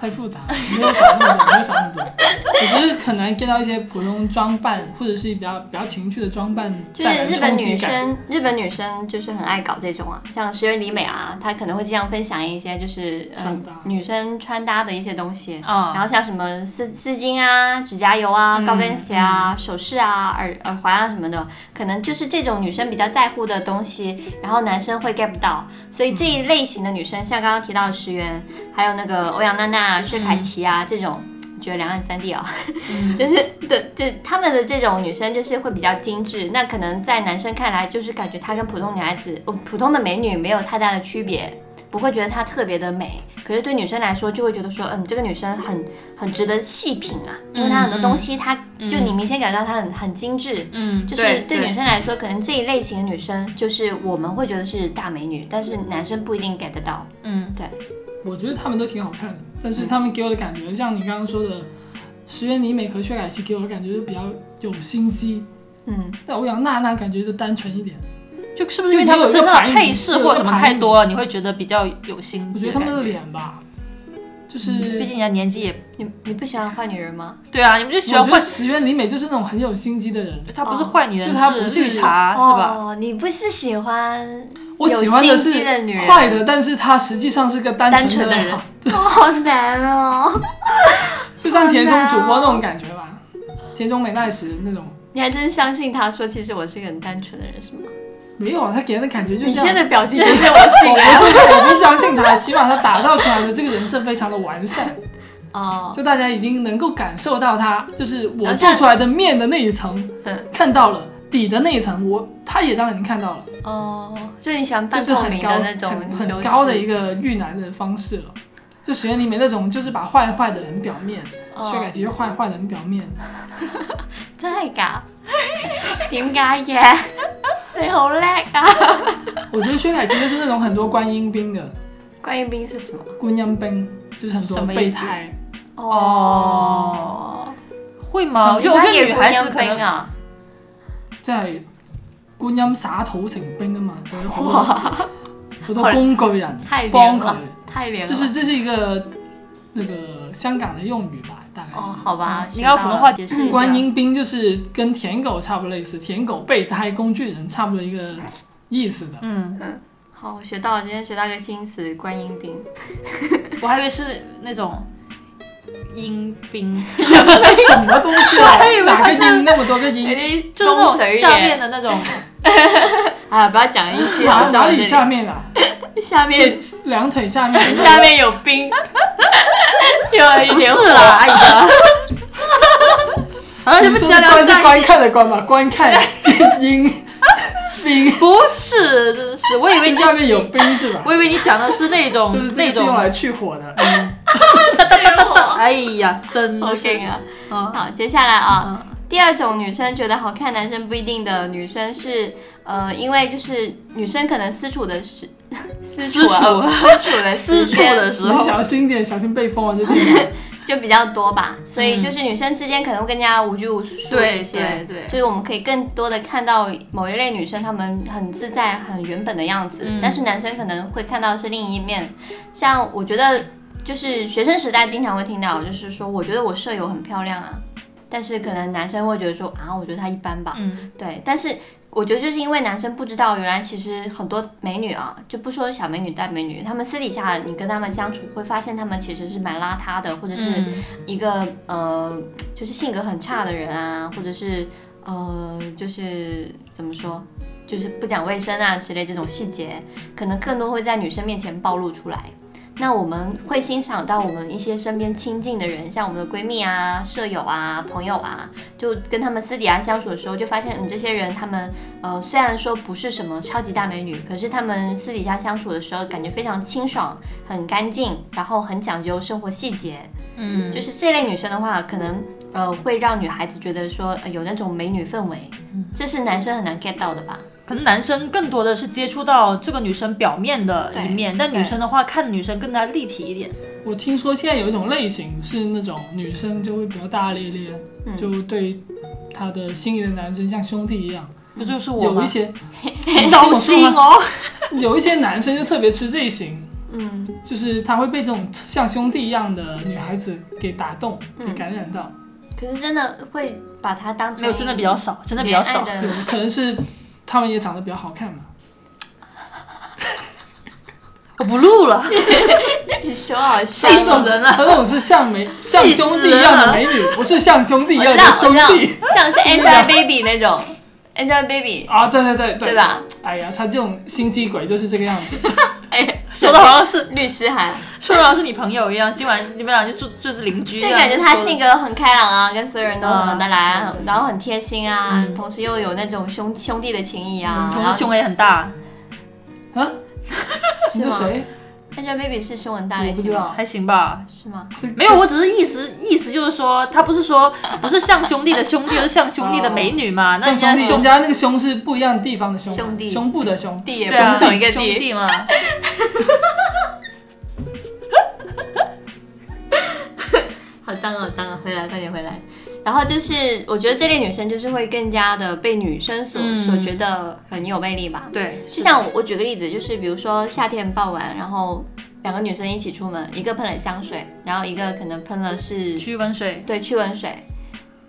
Speaker 3: 太复杂了，没有想那么多，没有想那么多。我只是很难 get 到一些普通装扮或者是比较比较情趣的装扮
Speaker 1: 就
Speaker 3: 带
Speaker 1: 是
Speaker 3: 来的
Speaker 1: 日本
Speaker 3: 冲击
Speaker 1: 女
Speaker 3: 感。
Speaker 1: 生，日本女生就是很爱搞这种啊，像石原里美啊，她可能会经常分享一些就是呃
Speaker 3: 穿搭
Speaker 1: 女生穿搭的一些东西，
Speaker 2: 啊
Speaker 1: 然后像什么丝丝巾啊、指甲油啊、
Speaker 2: 嗯
Speaker 1: 高跟鞋啊、首饰啊、耳耳环啊什么的，可能就是这种女生比较在乎的东西，然后男生会 get 不到，所以这
Speaker 2: 嗯
Speaker 1: 一类型的女生，像刚刚提到的石原，还有那个欧阳娜娜、薛
Speaker 2: 嗯
Speaker 1: 凯琪啊、这种。我觉得两岸三地啊， (laughs) 就是对，就他们的这种女生就是会比较精致，那可能在男生看来就是感觉她跟普通女孩子、哦普通的美女没有太大的区别，不会觉得她特别的美。可是对女生来说，就会觉得说，嗯，这个女生很很值得细品啊，因为她很多东西，她就你明显感觉到她很很精致，
Speaker 2: 嗯，
Speaker 1: 嗯就是对女生来说，可能这一类型的女生就是我们会觉得是大美女，但是男生不一定 get 得到。
Speaker 2: 嗯
Speaker 3: 我觉得她们都挺好看的，但是她们给我的感觉，像你刚刚说的，石原里美和薛凯琪给我的感觉就比较有心机，
Speaker 1: 嗯，
Speaker 3: 但欧阳娜娜感觉就单纯一点。
Speaker 2: 就是不是因为他们身上的配饰或什么太多了，你会觉得比较有心
Speaker 3: 我
Speaker 2: 机
Speaker 3: 觉
Speaker 2: 的
Speaker 3: 得她
Speaker 2: 感觉？
Speaker 3: 们的脸吧，就
Speaker 2: 嗯毕
Speaker 3: 是
Speaker 2: 竟人家年纪也
Speaker 1: 你你不喜欢坏女人吗？
Speaker 2: 对啊，你们就喜欢
Speaker 3: 我觉得
Speaker 2: 坏，
Speaker 3: 石原里美就是那种很有心机的人，
Speaker 2: 她不是坏女人，
Speaker 3: 就她不是
Speaker 2: 绿茶啊是吧？
Speaker 1: 哦，你不是喜欢
Speaker 3: 我喜欢的
Speaker 1: 有心
Speaker 3: 是
Speaker 1: 机的女人
Speaker 3: 坏的，但是她实际上是个单
Speaker 1: 单纯
Speaker 3: 纯的
Speaker 1: 的人，好难哦！
Speaker 3: 就像田中主播那种感觉吧，田中美奈实那种。
Speaker 1: (laughs) 你还真相信他说，其实我是一个很单纯的人，是吗？
Speaker 3: 没有啊，他给人的感觉就
Speaker 1: 你
Speaker 3: 像
Speaker 1: 现在的表情不是我
Speaker 3: 我
Speaker 1: 信
Speaker 3: 不
Speaker 1: 啊。
Speaker 3: 是我不相信他，起码他打造出来的这个人设非常的完善，
Speaker 1: 哦，
Speaker 3: 就大家已经能够感受到他就是我
Speaker 1: 然后
Speaker 3: 做
Speaker 1: 像
Speaker 3: 出来的面的那一层
Speaker 1: 嗯，
Speaker 3: 看到了底的那一层，我他也让人看到了，
Speaker 1: 哦，就你喜欢
Speaker 3: 这
Speaker 1: 半
Speaker 3: 是
Speaker 1: 透
Speaker 3: 很
Speaker 1: 明
Speaker 3: 高
Speaker 1: 的那种
Speaker 3: 很
Speaker 1: 修
Speaker 3: 很
Speaker 1: 饰
Speaker 3: 高的一个遇难的方式了。就实验里面那种，就是把坏坏的很表面，
Speaker 1: 哦
Speaker 3: 薛凯琪就坏坏的很表面，
Speaker 1: 真系噶？點解嘅？你好叻啊！
Speaker 3: 我觉得薛凯琪就是那种很多观音兵的
Speaker 1: 觀音兵是什么？
Speaker 3: 观音兵，就是很
Speaker 2: 什
Speaker 3: 多
Speaker 2: 么
Speaker 3: 备
Speaker 2: 意思
Speaker 3: 胎。
Speaker 2: 哦，会吗？
Speaker 1: 哦，
Speaker 2: 就我觉得女孩子可
Speaker 1: 兵
Speaker 2: 能
Speaker 1: 啊，
Speaker 3: 即係觀音灑土成兵啊嘛，就有好多好多工具
Speaker 1: (laughs)
Speaker 3: 人
Speaker 1: 太
Speaker 3: 幫
Speaker 1: 凉
Speaker 3: 佢
Speaker 1: 了，，太凉了。
Speaker 3: 就是这是一个那个香港的用语吧，大概
Speaker 1: 哦，
Speaker 3: 是。
Speaker 1: 好吧，
Speaker 2: 嗯你要普通话解释一下。
Speaker 3: 观音兵就是跟舔狗差不多类似，舔狗备胎工具人差不多一个意思的。
Speaker 2: 嗯，
Speaker 1: 好，我学到了，今天学到一个新词，观音兵。
Speaker 2: 我还以为是那种阴 (laughs) 兵，
Speaker 3: 什么东西啊
Speaker 1: 我以？为
Speaker 3: 哪
Speaker 1: 好
Speaker 3: 个
Speaker 1: 像
Speaker 3: 音那么多个音？
Speaker 1: 点
Speaker 2: 就是那种下面的那 (laughs) 种，
Speaker 1: 啊，不要讲一句，
Speaker 3: 哪
Speaker 1: 好
Speaker 3: 哪
Speaker 1: 讲
Speaker 3: 里下面啊？
Speaker 1: 下面
Speaker 3: 是是两腿下面。
Speaker 1: 下面有
Speaker 2: (laughs)
Speaker 1: 冰，有一点
Speaker 2: 不是啦
Speaker 1: 哎呀，
Speaker 2: 好像
Speaker 3: 你
Speaker 2: 就不
Speaker 3: 说
Speaker 2: 加
Speaker 3: 的
Speaker 2: 聊
Speaker 3: 观
Speaker 2: 下
Speaker 3: 是
Speaker 2: 一
Speaker 3: 观看的观吧？
Speaker 2: (laughs)
Speaker 3: 观看音兵，
Speaker 2: 不是，真的是，我以为你
Speaker 3: 下面有冰是吧？
Speaker 2: 我以为你讲的是那种
Speaker 3: 就是这
Speaker 2: 那
Speaker 3: 个是用
Speaker 2: 种，嗯
Speaker 3: 来去火的。
Speaker 2: 哎呀，
Speaker 1: (laughs)
Speaker 2: 真
Speaker 1: 好
Speaker 2: 的是
Speaker 1: 劲啊！
Speaker 2: 啊，
Speaker 1: 好，接下来啊，第二种女生觉得好看，男生不一定的女生是，呃，因为就是女生可能私处的时 (laughs) 私处啊私处的时
Speaker 2: 私处的
Speaker 1: 间
Speaker 2: 时
Speaker 3: 你
Speaker 2: 候，
Speaker 3: 嗯小心点，小心被封啊！这地
Speaker 1: 就比较多吧，所以
Speaker 2: 嗯
Speaker 1: 就是女生之间可能会更加无拘无束一些。
Speaker 2: 对，
Speaker 1: 就是我们可以更多的看到某一类女生，她们很自在、很原本的样子，
Speaker 2: 嗯
Speaker 1: 但是男生可能会看到是另一面。像我觉得，就是学生时代经常会听到，就是说，我觉得我舍友很漂亮啊，但是可能男生会觉得说啊，我觉得她一般吧。
Speaker 2: 嗯，
Speaker 1: 对，但是我觉得就是因为男生不知道，原来其实很多美女啊，就不说小美女、大美女，她们私底下你跟她们相处，会发现她们其实是蛮邋遢的，或者是
Speaker 2: 嗯
Speaker 1: 一个、呃，就是性格很差的人啊，或者是呃，就是怎么说，就是不讲卫生啊之类这种细节，可能更多会在女生面前呃暴露出来。那我们会欣赏到我们一些身边亲近的人，像我们的闺蜜啊、舍友啊、朋友啊，就跟他们私底下相处的时候，就发现，嗯，这些人他们呃，虽然说不是什么超级大美女，可是他们私底下相处的时候，感觉非常清爽、很干净，然后很讲究生活细节。
Speaker 2: 嗯，
Speaker 1: 就是这类女生的话，可能呃会让女孩子觉得说、呃有那种美女氛围，
Speaker 2: 嗯
Speaker 1: 这是男生很难 get 到的吧？
Speaker 2: 可能男生更多的是接触到这个女生表面的一面，但女生的话看女生更加立体一点。
Speaker 3: 我听说现在有一种类型是那种女生就会比较大大咧咧，
Speaker 1: 嗯
Speaker 3: 就对她的心仪的男生像兄弟一样。
Speaker 2: 不就是我
Speaker 3: 有
Speaker 2: 吗
Speaker 3: 一？些
Speaker 2: (laughs)
Speaker 3: (laughs)
Speaker 2: 糟心哦，
Speaker 3: 有一些男生就特别吃这一型，
Speaker 1: 嗯，
Speaker 3: 就是他会被这种像兄弟一样的女孩子给打动、给
Speaker 1: 嗯
Speaker 3: 感染到。
Speaker 1: 可是真的会把她当
Speaker 2: 没
Speaker 1: 成
Speaker 2: 有，真的比较少，真的比较少。
Speaker 1: 恋
Speaker 2: (laughs)
Speaker 1: 爱的
Speaker 3: 对，可能是他们也长得比较好看嘛。
Speaker 2: 我不录了，
Speaker 1: 你说好
Speaker 2: (laughs) 气死人了。
Speaker 3: 他那种是像美像兄弟一样的美
Speaker 1: (laughs)
Speaker 3: 女，不是像兄弟一
Speaker 1: 我
Speaker 3: 样
Speaker 1: 知
Speaker 3: 的
Speaker 1: 道，
Speaker 3: 兄
Speaker 1: 我知道
Speaker 3: 弟，
Speaker 1: 像
Speaker 2: (laughs)
Speaker 1: 是 Angelababy 那种，Angelababy
Speaker 3: 啊！对对对对，
Speaker 1: 对？吧？
Speaker 3: 哎呀，他这种心机鬼就是这个样子。
Speaker 1: 哎，
Speaker 2: 说的好像是，
Speaker 1: 律师函，
Speaker 2: 说的好像是你朋友一样，今晚你们俩就住就是邻居一
Speaker 1: 就
Speaker 2: 样。
Speaker 1: 感觉她
Speaker 2: 说的
Speaker 1: 性格很开朗啊，跟所有人都很合得来
Speaker 3: 嗯
Speaker 1: 啊
Speaker 3: 对，对
Speaker 1: 然后很贴心啊，
Speaker 2: 嗯
Speaker 1: 同时又有那种兄兄弟的情谊啊
Speaker 3: 嗯。
Speaker 2: 同时
Speaker 1: 然后
Speaker 2: 胸也很大，
Speaker 1: (laughs)
Speaker 3: 啊？你说
Speaker 1: 吗
Speaker 3: 谁？
Speaker 1: Angelababy 是胸很大的
Speaker 3: 我
Speaker 1: 一
Speaker 3: 不
Speaker 1: 起
Speaker 3: 知
Speaker 1: 吗？
Speaker 3: 道。
Speaker 2: 还行吧。
Speaker 1: 是吗？
Speaker 3: 这
Speaker 2: 没有，我只是意思意思就是说，他不是说不是像兄弟的兄弟，而是像兄弟的美女嘛？ (laughs) 那人家
Speaker 3: 像兄弟，
Speaker 2: 兄
Speaker 3: 人家那个胸是不一样地方的胸，
Speaker 1: 兄弟
Speaker 3: 胸部的胸。
Speaker 1: 弟也
Speaker 2: 对啊，
Speaker 3: 同一
Speaker 2: 兄弟嘛。
Speaker 1: 好脏哦，好脏哦，回来，快点回来。然后就是，我觉得这类女生就是会更加的被女生所、
Speaker 2: 嗯
Speaker 1: 所觉得很有魅力吧。
Speaker 2: 对，
Speaker 1: 就像我我举个例子，就是比如说夏天傍晚，然后两个女生一起出门，一个喷了香水，然后一个可能喷了是
Speaker 2: 驱蚊水，
Speaker 1: 对驱蚊水。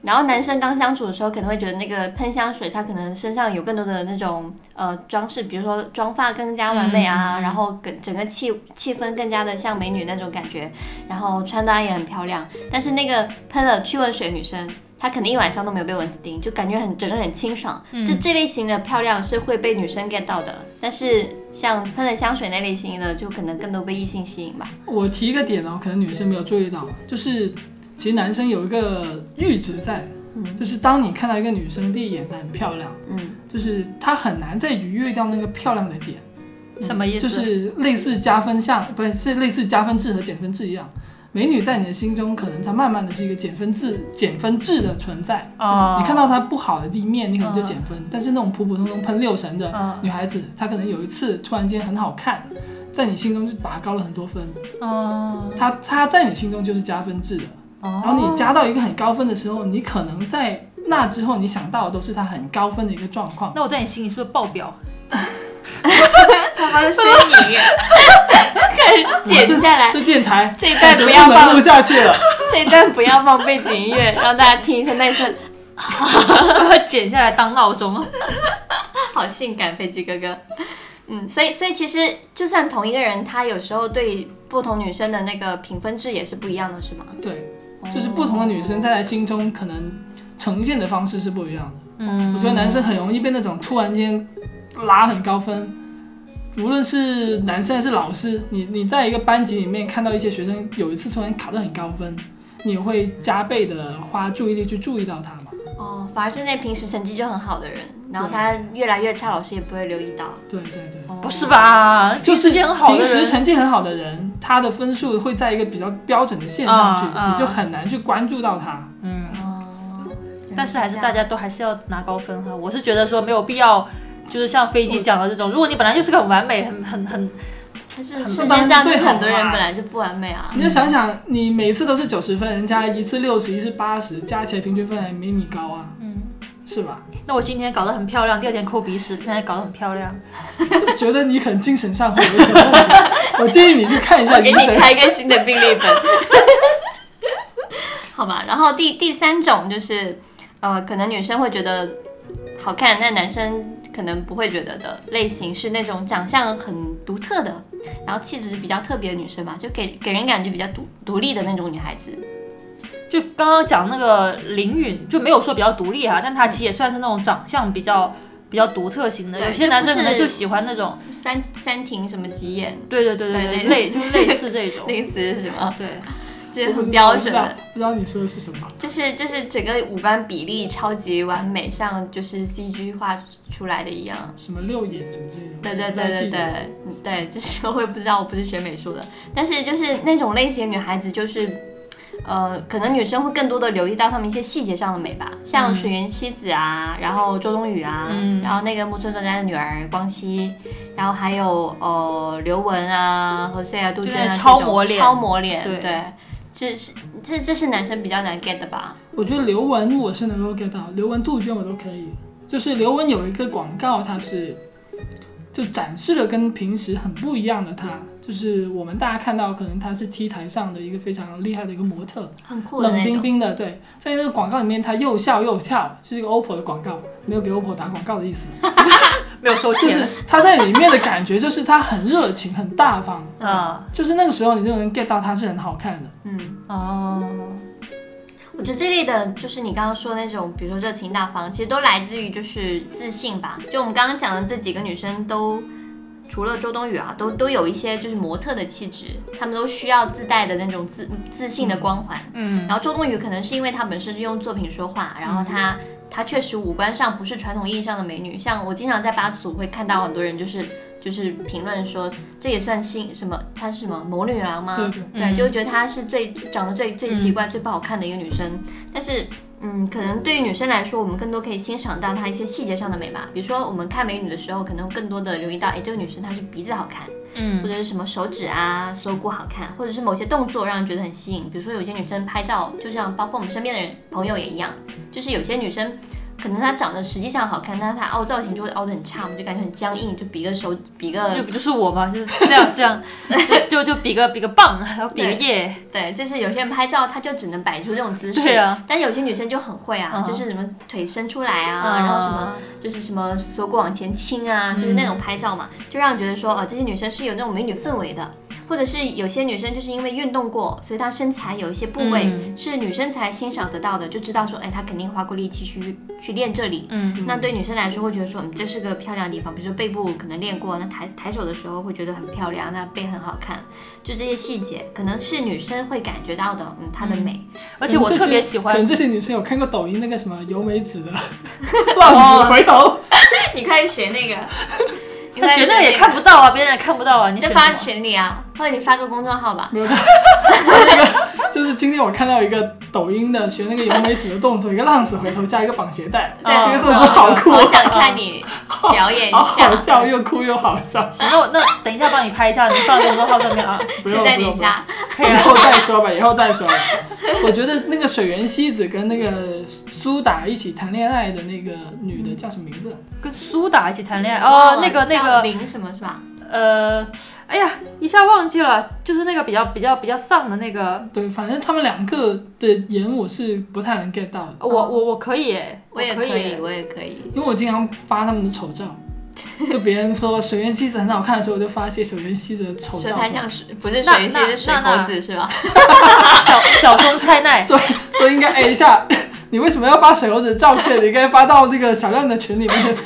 Speaker 1: 然后男生刚相处的时候，可能会觉得那个喷香水，他可能身上有更多的那种呃装饰，比如说妆发更加完美啊，
Speaker 2: 嗯
Speaker 1: 然后整整个气气氛更加的像美女那种感觉，然后穿搭也很漂亮。但是那个喷了驱蚊水的女生，她可能一晚上都没有被蚊子叮，就感觉很整个人很清爽。
Speaker 2: 嗯
Speaker 1: 这这类型的漂亮是会被女生 get 到的，但是像喷了香水那类型的，就可能更多被异性吸引吧。
Speaker 3: 我提一个点哦，可能女生没有注意到，就是其实男生有一个阈值在，
Speaker 1: 嗯
Speaker 3: 就是当你看到一个女生第一眼她很漂亮， (laughs)
Speaker 1: 嗯
Speaker 3: 就是她很难再逾越掉那个漂亮的点，
Speaker 2: 什么意思？
Speaker 3: 就是类似加分项，不是是类似加分制和减分制一样。美女在你的心中，可能她慢慢的是一个减分制、减分制的存在。
Speaker 2: 哦，
Speaker 3: 你看到她不好的一面，你可能就减分；但是那种普普通通喷六神的
Speaker 2: 嗯
Speaker 3: 女孩子，她可能有一次突然间很好看，在你心中就拔高了很多分。
Speaker 1: 嗯
Speaker 2: 哦，
Speaker 3: 她她在你心中就是加分制的。
Speaker 2: 然
Speaker 1: 哦
Speaker 3: 然后你加到一个很高分的时候，你可能在那之后你想到的都是她很高分的一个状况。
Speaker 2: 那我在你心里是不是爆
Speaker 3: (laughs)
Speaker 2: 表？ (laughs)
Speaker 1: 他妈的声音，开 (laughs) 始剪下来。
Speaker 3: 这电台
Speaker 1: 这一
Speaker 3: 感
Speaker 1: 段
Speaker 3: 觉
Speaker 1: 不
Speaker 3: 不
Speaker 1: 要
Speaker 3: 能
Speaker 1: 放，
Speaker 3: 录下去了。
Speaker 1: (laughs) 这一段不要放背景音乐，让大家听一下那一声，
Speaker 2: 把它剪下来当闹钟。
Speaker 1: (laughs) 好性感，飞机哥哥。嗯，所以所以其实就算同一个人，他有时候对不同女生的那个评分制也是不一样的，是吗？
Speaker 3: 对，
Speaker 1: 哦
Speaker 3: 就是不同的女生在她心中可能呈现的方式是不一样的。
Speaker 2: 嗯
Speaker 3: 我觉得男生很容易被那种突然间拉很高分，无论是男生还是老师，你你在一个班级里面看到一些学生有一次突然考得很高分，你会加倍的花注意力去注意到他嘛？
Speaker 1: 哦，反而是那平时成绩就很好的人，然后他越来越差，老师也不会留意到。
Speaker 3: 对对对。
Speaker 1: 哦
Speaker 2: 不是？吧？
Speaker 3: 就是
Speaker 2: 很好的
Speaker 3: 平时
Speaker 2: 人，
Speaker 3: 成绩很好的人，他的分数会在一个比较标准的线上去，
Speaker 2: 啊啊
Speaker 3: 你就很难去关注到他。
Speaker 2: 嗯，
Speaker 1: 哦，原来
Speaker 2: 但是还是
Speaker 1: 这样
Speaker 2: 大家都还是要拿高分哈。嗯我是觉得说没有必要，就是像飞机讲的这种，如果你本来就是个很完美、很很很
Speaker 1: 但是
Speaker 3: 很
Speaker 1: 世
Speaker 3: 棒
Speaker 1: 界上就
Speaker 3: 最好
Speaker 1: 很多人
Speaker 3: 嘛
Speaker 1: 本来就不完美啊。
Speaker 3: 你就想想，你每次都是九十分，人家一次六十，一次八十，加起来平均分还没你高啊，
Speaker 2: 嗯。
Speaker 3: 是吧？
Speaker 2: 那我今天搞得很漂亮，第二天抠鼻屎，现在搞得很漂亮。
Speaker 3: 我觉得你可能精神上会有点问题，我建议你去看一下
Speaker 1: 我给
Speaker 3: 医
Speaker 1: 你
Speaker 3: 生。
Speaker 1: 开一个新的病历本。好吧，然后第第三种就是，呃，可能女生会觉得好看，但男生可能不会觉得的类型是那种长相很独特的，然后气质比较特别的女生吧，就给给人感觉比较独独立的那种女孩子。
Speaker 2: 就刚刚讲那个林允，就没有说比较独立哈、但她其实也算是那种长相比较比较独特型的。
Speaker 1: 对
Speaker 2: 有些男生可能
Speaker 1: 就
Speaker 2: 就
Speaker 1: 不是
Speaker 2: 喜欢那种，
Speaker 1: 三三庭什么吉眼， (laughs)
Speaker 2: 对对对
Speaker 1: 对
Speaker 2: 对，
Speaker 1: 对
Speaker 2: 类就是类似这种。
Speaker 1: 那个词是什
Speaker 2: (laughs)
Speaker 1: 么？
Speaker 2: 对，
Speaker 1: 这
Speaker 3: 我不
Speaker 1: 很
Speaker 3: 知
Speaker 1: 标准
Speaker 3: 道我不
Speaker 1: 的
Speaker 3: 知。道，不知道你说的是什么。
Speaker 1: 就是就是整个五官比例超级完美，像就是 CG 画出来的一样。
Speaker 3: 什么六眼什么之类的，
Speaker 1: 对
Speaker 3: 我
Speaker 1: 对
Speaker 3: 不太
Speaker 1: 对对
Speaker 3: 记得
Speaker 1: 对对， (laughs) 就是我也不知道，我不是学美术的，但是就是那种类型的女孩子，就是呃，可能女生会更多的留意到她们一些细节上的美吧，像水原希子啊，然后周冬雨啊，
Speaker 2: 嗯
Speaker 1: 然后那个木村拓哉的女儿光希，然后还有呃刘雯啊、何穗啊、杜
Speaker 2: 就
Speaker 1: 鹃
Speaker 2: 那
Speaker 1: 啊，
Speaker 2: 超
Speaker 1: 这种
Speaker 2: 模脸
Speaker 1: 超模脸，
Speaker 2: 对
Speaker 1: 对，这是这这是男生比较难 get 的吧？
Speaker 3: 我觉得刘雯我是能够 get 到，刘雯、杜鹃我都可以。就是刘雯有一个广告，它是就展示了跟平时很不一样的她，就是我们大家看到可能她是 T 台上的一个非常厉害的一个模特，
Speaker 1: 很酷的
Speaker 3: 冷
Speaker 1: 那种
Speaker 3: 冰。冰的。对，在那个广告里面，她又笑又跳，就是一个 OPPO 的广告，没有给 OPPO 打广告的意思。
Speaker 2: 没有收
Speaker 3: 就
Speaker 2: 钱
Speaker 3: 是。她在里面的感觉，就是她很热情、很
Speaker 2: (laughs)
Speaker 3: 大方，
Speaker 2: 啊
Speaker 3: 就是那个时候你就能 get 到她是很好看的。
Speaker 1: 嗯，
Speaker 2: 哦，
Speaker 1: 我觉得这类的，就是你刚刚说那种，比如说热情大方，其实都来自于就是自信吧。就我们刚刚讲的这几个女生都。除了周冬雨啊，都都有一些就是模特的气质，她们都需要自带的那种自自信的光环。
Speaker 2: 嗯，
Speaker 1: 然后周冬雨可能是因为她本身是用作品说话，然后她、
Speaker 3: 嗯
Speaker 1: 她确实五官上不是传统意义上的美女，像我经常在八组会看到很多人就是就是评论说这也算新什么，她是什么谋女郎吗？
Speaker 3: 对对嗯
Speaker 1: 对，就会觉得她是最长得最最奇怪、最不好看的一个女生。但是，嗯，可能对于女生来说，我们更多可以欣赏到她一些细节上的美吧。比如说，我们看美女的时候，可能更多的留意到，哎，这个女生她是鼻子好看，
Speaker 2: 嗯
Speaker 1: 或者是什么手指啊、锁骨好看，或者是某些动作让人觉得很吸引。比如说，有些女生拍照，就像包括我们身边的人朋友也一样，就是有些女生。可能她长得实际上好看，但是她凹造型就会凹得很差，我们就感觉很僵硬，就比个手比个
Speaker 2: 就不就是我嘛，就是这样这
Speaker 1: (laughs)
Speaker 2: 样，就就就比个比个棒，还有比个耶，
Speaker 1: 对，就是有些人拍照，他就只能摆出这种姿势。
Speaker 2: 对啊，
Speaker 1: 但有些女生就很会啊，
Speaker 2: 嗯
Speaker 1: 就是什么腿伸出来啊，然后什么就是什么锁骨往前倾啊，就是那种
Speaker 2: 嗯
Speaker 1: 拍照嘛，就让人觉得说，哦、这些女生是有那种美女氛围的。或者是有些女生就是因为运动过，所以她身材有一些部位
Speaker 2: 嗯
Speaker 1: 是女生才欣赏得到的，就知道说，哎，她肯定花过力气去去练这里。
Speaker 2: 嗯，
Speaker 1: 那对女生来说会觉得说，嗯，这是个漂亮的地方，比如说背部可能练过，那抬抬手的时候会觉得很漂亮，那背很好看，就这些细节可能是女生会感觉到的，嗯，她的美。
Speaker 2: 而且我
Speaker 3: 嗯可能
Speaker 2: 特
Speaker 3: 这些
Speaker 2: 别喜
Speaker 3: 可
Speaker 2: 欢
Speaker 3: 能这些女生有看过抖音那个什么由美
Speaker 2: (laughs)
Speaker 3: 子的浪子回头，
Speaker 1: (laughs) 你可以学 (laughs) 那个，你
Speaker 2: 他学那个也看不到啊，别人也看不到啊，你
Speaker 1: 你
Speaker 2: 选
Speaker 1: 在
Speaker 2: 什么
Speaker 1: 发群里啊，或者你发个公众号
Speaker 3: (laughs)
Speaker 1: 吧。
Speaker 3: 没有的。就是今天我看到一个抖音的学那个由美子的动作，一个浪子回头加一个绑鞋带，
Speaker 1: 对
Speaker 3: 这个动作好酷，哦
Speaker 1: 我想看你表演一
Speaker 3: (laughs) 好
Speaker 1: 下，
Speaker 3: 好笑又酷又好笑。
Speaker 2: 行，那我那等一下帮你拍一下，你放公众号上面
Speaker 1: (laughs)
Speaker 2: 啊，
Speaker 3: 不
Speaker 1: 就
Speaker 3: 用
Speaker 1: 在
Speaker 3: 不
Speaker 1: 你
Speaker 3: 用，不用
Speaker 1: 家。
Speaker 2: 可以
Speaker 3: 以
Speaker 2: 啊。
Speaker 3: 后再说吧，以后再说吧。我觉得那个水原希子跟那个苏打一起谈恋爱的那个女的叫什么名字？啊
Speaker 2: 跟苏打一起谈恋爱哦，那个那
Speaker 1: 叫
Speaker 2: 个
Speaker 1: 林什么是吧？
Speaker 2: 呃，哎呀，一下忘记了，就是那个比较比较比较丧的那个，
Speaker 3: 对，反正他们两个的演我是不太能 get 到的，
Speaker 2: 我我我可以耶，
Speaker 1: 哦我也
Speaker 2: 可
Speaker 1: 可
Speaker 2: 以
Speaker 1: 以， (laughs)
Speaker 2: 耶，
Speaker 1: 我也可以。
Speaker 3: 因为我经常发他们的丑照，就别人说水原希子很好看的时候，我就发一些水原希子的丑
Speaker 1: 说
Speaker 3: 照
Speaker 1: 她
Speaker 3: 出来，
Speaker 1: 像水，不是
Speaker 2: 那
Speaker 1: 水系
Speaker 2: 那
Speaker 1: 是水
Speaker 2: 那那
Speaker 1: 猴子是吧？
Speaker 2: 小小松菜奈，
Speaker 3: 所以所以应该 A 一下， (laughs) 你为什么要发水猴子的照片？你应该发到那个小亮的群里面。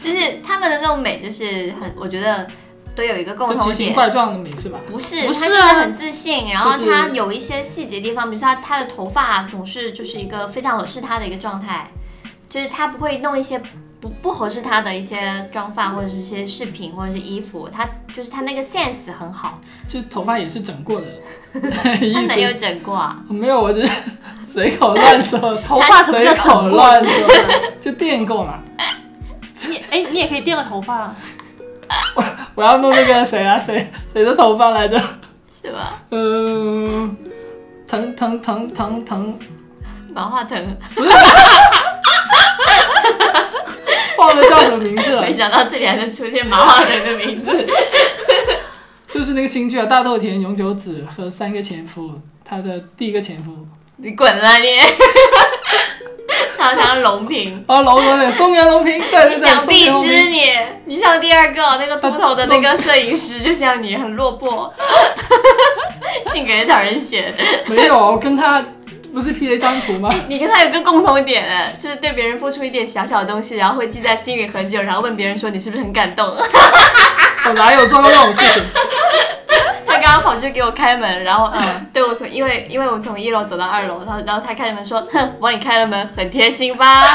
Speaker 1: 就是他们的那种美，就是很，我觉得都有一个共
Speaker 3: 就
Speaker 1: 同
Speaker 3: 奇形
Speaker 1: 点，
Speaker 3: 怪状的美是吧？
Speaker 1: 不是，
Speaker 2: 不
Speaker 1: 他
Speaker 2: 是
Speaker 1: 就是
Speaker 2: 啊
Speaker 1: 很自信，然后
Speaker 3: 就是
Speaker 1: 他有一些细节地方，比如说他他的头发总是就是一个非常合适他的一个状态，就是他不会弄一些不不合适他的一些妆发或者是一些饰品或者是衣服，他就是他那个 sense 很好，
Speaker 3: 就头发也是整过的，
Speaker 1: (laughs) 他
Speaker 3: 衣
Speaker 1: 哪有
Speaker 3: 服
Speaker 1: 整过啊？
Speaker 3: 没有，我只是随口乱说，
Speaker 2: 头发什么叫
Speaker 3: 随口
Speaker 2: 整过？
Speaker 3: 乱说，就电过嘛。
Speaker 2: 你哎，你也可以垫个头发啊，
Speaker 3: 我要弄那个谁啊，谁谁的头发来着？
Speaker 1: 是吧？
Speaker 3: 嗯，腾腾腾腾腾，
Speaker 1: 马化腾，
Speaker 3: 忘了叫什么名字
Speaker 1: (laughs)
Speaker 3: 了
Speaker 1: 没。想到这里还能出现马化腾的名字，
Speaker 3: 就是那个新剧啊，《大豆田永久子和三个前夫》，他她的第一个前夫。
Speaker 1: 你滚啦你！ (laughs) 堂堂龙平，
Speaker 3: (laughs) 啊，龙龙对，丰原龙平，对
Speaker 1: 你
Speaker 3: 对对，
Speaker 1: 想
Speaker 3: 丰
Speaker 1: 必
Speaker 3: 原龙
Speaker 1: 知
Speaker 3: 平。
Speaker 1: 你，你像第二个那个秃头的那个摄影师，就像你很落魄，性格也讨人嫌。
Speaker 3: 没有，跟他不是 P 了一张图吗？
Speaker 1: 你跟他有个共同点，哎，就是对别人付出一点小小的东西，然后会记在心里很久，然后问别人说你是不是很感动。
Speaker 3: 我哪有做过这种事情？
Speaker 1: 他刚刚跑去给我开门，然后、
Speaker 3: 嗯
Speaker 1: (laughs) 对我从因为因为我从一楼走到二楼，然后然后他开门说，哼，我帮你开了门，很贴心吧？ (laughs)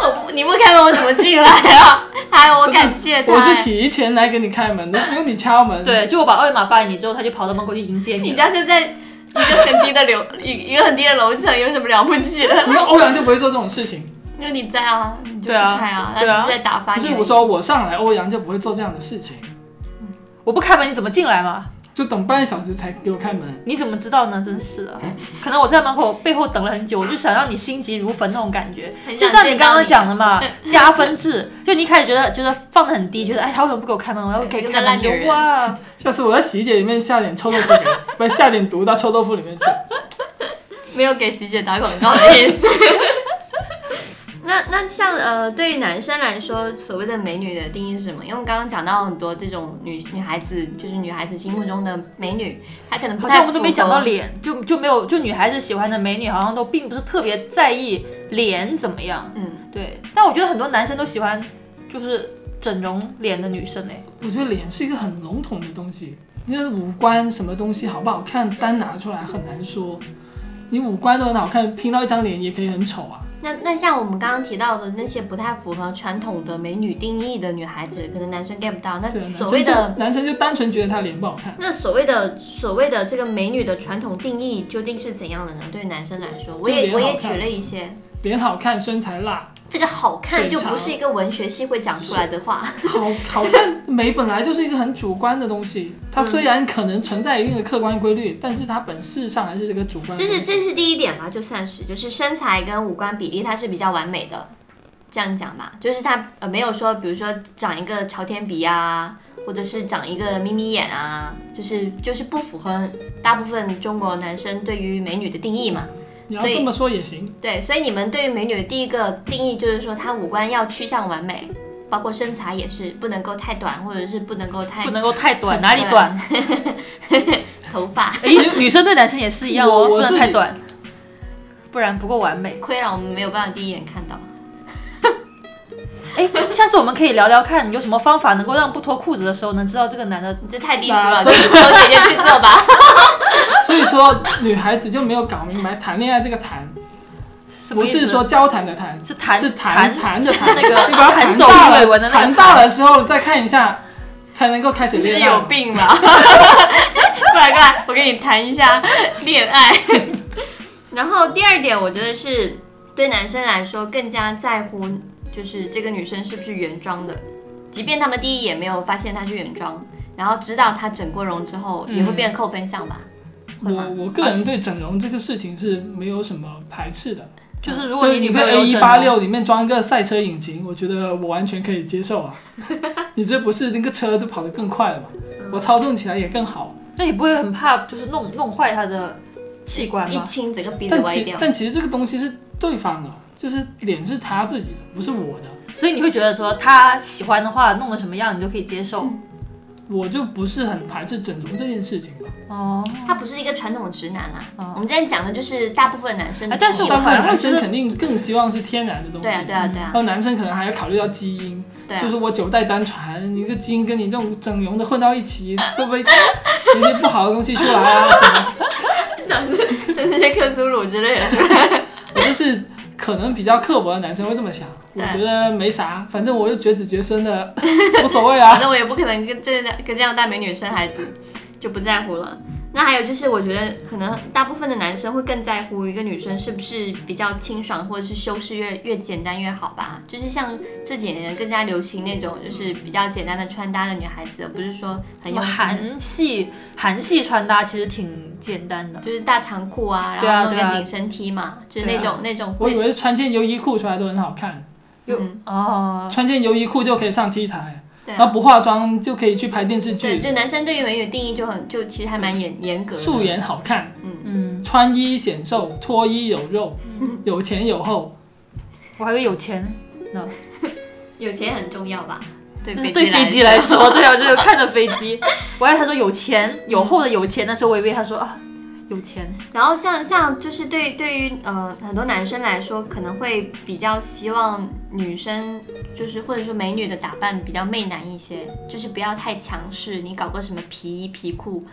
Speaker 1: 我不你不开门我怎么进来啊？ (laughs) 他还要我感谢他、
Speaker 3: 我是
Speaker 1: 哎
Speaker 3: 提前来给你开门的，不用你敲门。，
Speaker 2: 对，就我把二维码发给你之后，他就跑到门口去迎接你
Speaker 1: 你
Speaker 2: 了。
Speaker 1: 家就在一个很低的楼，一一个很低的楼层，有什么了不起的？ (laughs)
Speaker 3: 你看欧阳就不会做这种事情。
Speaker 1: 因为你在啊，你就去
Speaker 2: 对啊
Speaker 1: 看啊，他
Speaker 2: 对啊
Speaker 1: 只是在打发
Speaker 3: 不
Speaker 1: 你而
Speaker 3: 是
Speaker 1: 已。
Speaker 3: 我说我上来，欧阳就不会做这样的事情，
Speaker 2: 我不开门你怎么进来嘛？
Speaker 3: 就等半小时才给我开门。
Speaker 2: 你怎么知道呢？真是的，可能我在门口背后等了很久，我就想让你心急如焚那种感觉。
Speaker 1: 很想
Speaker 2: 就像你刚刚讲的
Speaker 1: (laughs)
Speaker 2: 嘛，加分制，就你一开始觉得觉得放的很低，觉得哎他为什么不给我开门？我要给
Speaker 1: (laughs) 跟
Speaker 2: 开
Speaker 1: 个烂
Speaker 2: 门
Speaker 1: 女人
Speaker 2: 就哇，
Speaker 3: 下次我在洗衣姐里面下点臭豆腐给 (laughs) 你，不是下点毒到臭豆腐里面去。
Speaker 1: 没有给喜姐打广告的意思。 (laughs) 那那像呃，对于男生来说，所谓的美女的定义是什么？因为我们刚刚讲到很多这种女女孩子，就是女孩子心目中的美女，她可能不
Speaker 2: 好
Speaker 1: 太
Speaker 2: 像我们都没
Speaker 1: 符合
Speaker 2: 讲到脸，就就没有就女孩子喜欢的美女好像都并不是特别在意脸怎么样。
Speaker 1: 嗯，
Speaker 2: 对，但我觉得很多男生都喜欢就是整容脸的女生哎，
Speaker 3: 我觉得脸是一个很笼统的东西，你的五官什么东西好不好看，单拿出来很难说。你五官都很好看，拼到一张脸也可以很丑啊。
Speaker 1: 那那像我们刚刚提到的那些不太符合传统的美女定义的女孩子，可能男生 get 不到。那
Speaker 3: 对，男
Speaker 1: 所谓
Speaker 3: 生就
Speaker 1: 的
Speaker 3: 男生就单纯觉得他脸不好看。
Speaker 1: 那所谓的所谓的这个美女的传统定义究竟是怎样的呢？对于男生来说，我也
Speaker 3: 就脸
Speaker 1: 我也
Speaker 3: 好
Speaker 1: 举
Speaker 3: 看
Speaker 1: 了一些，
Speaker 3: 脸好看，身材辣，
Speaker 1: 这个好看
Speaker 3: 腿
Speaker 1: 就
Speaker 3: 长
Speaker 1: 不是一个文学系会讲出来的话。
Speaker 3: 好好看美本来就是一个很主观的东西，
Speaker 1: 嗯
Speaker 3: 它虽然可能存在一定的客观规律，但是它本质上还是这个主
Speaker 1: (laughs)
Speaker 3: 观的
Speaker 1: 这
Speaker 3: 东西。
Speaker 1: 是这是第一点吧，就算是就是身材跟五官比例它是比较完美的，这样讲吧，就是它呃没有说，比如说长一个朝天鼻啊，或者是长一个眯眯眼啊，就是就是不符合大部分中国男生对于美女的定义嘛。
Speaker 3: 你要
Speaker 1: 所以
Speaker 3: 这么说也行，
Speaker 1: 对，所以你们对于美女的第一个定义就是说，她五官要趋向完美，包括身材也是不能够太短，或者是不能够太
Speaker 2: 不能够太短，哪里短？
Speaker 1: (laughs) 头发。
Speaker 2: 哎，女生对男生也是一样
Speaker 3: 我
Speaker 2: 哦，
Speaker 3: 我
Speaker 2: 不能
Speaker 3: 自己
Speaker 2: 太短，不然不够完美。
Speaker 1: 亏了我们没有办法第一眼看到。
Speaker 2: (laughs) 哎，下次我们可以聊聊看，你有什么方法能够让不脱裤子的时候能知道这个男的？
Speaker 1: 你这太低俗
Speaker 3: 那
Speaker 1: 了，
Speaker 3: 所
Speaker 1: 跟
Speaker 3: 以
Speaker 1: 我姐姐去做吧。
Speaker 3: 所以说女孩子就没有搞明白谈恋爱这个谈，
Speaker 2: 什么
Speaker 3: 不
Speaker 2: 意思
Speaker 3: 是说交谈的谈，
Speaker 2: 是谈
Speaker 3: 是
Speaker 2: (laughs) 谈
Speaker 3: 谈谈着谈
Speaker 2: 那个
Speaker 3: 你把它
Speaker 2: 弹
Speaker 3: 谈
Speaker 2: 奏
Speaker 3: 大
Speaker 2: 鱼尾
Speaker 3: 了，
Speaker 2: 纹的那个
Speaker 3: 谈大了之后再看一下，才能够开始
Speaker 1: 你是
Speaker 3: 恋
Speaker 1: 有
Speaker 3: 爱。
Speaker 1: 病吧？过来过来，我跟你谈一下恋爱。然后第二点，我觉得是对男生来说更加在乎，就是这个女生是不是原装的，即便他们第一眼没有发现她是原装，然后知道她整过容之后，也会变扣分项吧？会吗？
Speaker 3: 我我个人对整容这个事情是没有什么排斥的，
Speaker 2: 就是如
Speaker 3: 就
Speaker 2: 果
Speaker 3: 是
Speaker 2: 你
Speaker 3: 你
Speaker 2: 女
Speaker 3: 个
Speaker 2: 朋友
Speaker 3: A
Speaker 2: 有
Speaker 3: 一
Speaker 2: 整
Speaker 3: 八
Speaker 2: 容，
Speaker 3: 六里面装一个赛车引擎，我觉得我完全可以
Speaker 2: (laughs)
Speaker 3: 接受啊。你这不是那个车就跑得更快了嘛？我操纵起来也更好。
Speaker 2: 那你不会很怕就是弄弄坏他的器官
Speaker 1: 一
Speaker 2: 吗？
Speaker 1: 亲整个鼻子
Speaker 3: 但
Speaker 1: 歪
Speaker 3: 其
Speaker 1: 掉。
Speaker 3: 但其实这个东西是对方的，就是脸是他自己的，不是我的。
Speaker 2: 所以你会觉得说他喜欢的话，弄成什么样你都可以接受。
Speaker 3: 我就不是很排斥整容这件事情吧。
Speaker 2: 哦，
Speaker 1: 他不是一个传统直男啊，
Speaker 2: 哦
Speaker 1: 我们今天讲的就是大部分男生的
Speaker 2: 哎但是
Speaker 1: 定义
Speaker 2: 我
Speaker 3: 但
Speaker 2: 反而
Speaker 3: 男
Speaker 2: 觉
Speaker 3: 生
Speaker 2: 得
Speaker 3: 肯定更希望是天然的东西。
Speaker 1: 对啊对啊对
Speaker 3: 然
Speaker 1: 啊
Speaker 3: 后男生可能还要考虑到基因，
Speaker 1: 对啊
Speaker 3: 就，是我九代单传，你这基因跟你这种整容的混到一起，会不会一些不好的东西出来啊？ (laughs) 什么？
Speaker 1: 讲是甚至是克苏鲁之类的。
Speaker 3: 我就是可能比较刻薄的男生会这么想，我
Speaker 1: 对啊
Speaker 3: 觉得没啥，反正我又绝子绝孙的，无所谓啊 (laughs)
Speaker 1: 反。正我也不可能跟这跟这样大美女生孩子，就不在乎了。那还有就是，我觉得可能大部分的男生会更在乎一个女生是不是比较清爽，或者是修饰越越简单越好吧。就是像这几年更加流行那种，就是比较简单的穿搭的女孩子，不是说很用心的，
Speaker 2: 韩系韩系穿搭其实挺简单的，
Speaker 1: 就是大长裤啊，
Speaker 2: 对啊
Speaker 1: 然后弄
Speaker 2: 对啊
Speaker 1: 个紧身 T 嘛，就是
Speaker 3: 对
Speaker 1: 那
Speaker 3: 啊
Speaker 1: 种那种
Speaker 3: 我以
Speaker 1: 会。
Speaker 3: 为穿件优衣库出来都很好看，
Speaker 1: 嗯，
Speaker 2: 哦，
Speaker 3: 穿件优衣库就可以上 T 台，
Speaker 1: 对
Speaker 3: 然后不化妆就可以去拍电视
Speaker 1: 对，
Speaker 3: 剧，
Speaker 1: 就男生对于美女的定义就很，就其实还蛮严严格的。
Speaker 3: 素颜好看，
Speaker 2: 嗯，
Speaker 3: 穿衣显瘦，脱衣有肉，
Speaker 1: 嗯
Speaker 3: 有前有后，
Speaker 2: 我还以为有钱，
Speaker 3: (laughs)
Speaker 1: 有钱很重要吧？对，
Speaker 2: 那是嗯对飞机来说，对啊，这个看着飞机，我还以为他说有钱有后的有钱，但是我以为他说啊有钱，
Speaker 1: 然后像像就是对对于呃很多男生来说，可能会比较希望女生就是或者说美女的打扮比较媚男一些，就是不要太强势。你搞个什么皮衣皮裤，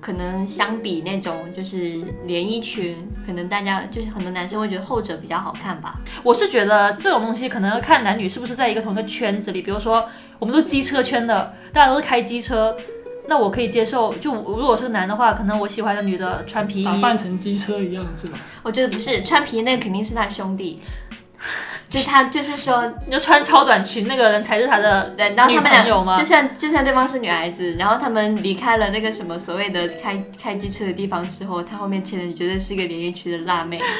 Speaker 1: 可能相比那种就是连衣裙，可能大家就是很多男生会觉得后者比较好看吧。
Speaker 2: 我是觉得这种东西可能要看男女是不是在一个同一个圈子里，比如说我们都机车圈的，大家都是开机车，那我可以接受。就我如果是个男的话，可能我喜欢的女的穿
Speaker 1: 嗯
Speaker 2: 皮衣，
Speaker 3: 打扮成机车一样是吧？
Speaker 1: 我觉得不是穿皮衣那个肯定是他兄弟，就他就是说
Speaker 2: 你就穿超短裙那个人才是他的
Speaker 1: 对，然后他们
Speaker 2: 女朋友吗
Speaker 1: 俩就算就算对方是女孩子，然后他们离开了那个什么所谓的开开机车的地方之后，他后面牵的绝对是一个连衣裙的辣妹。 (laughs)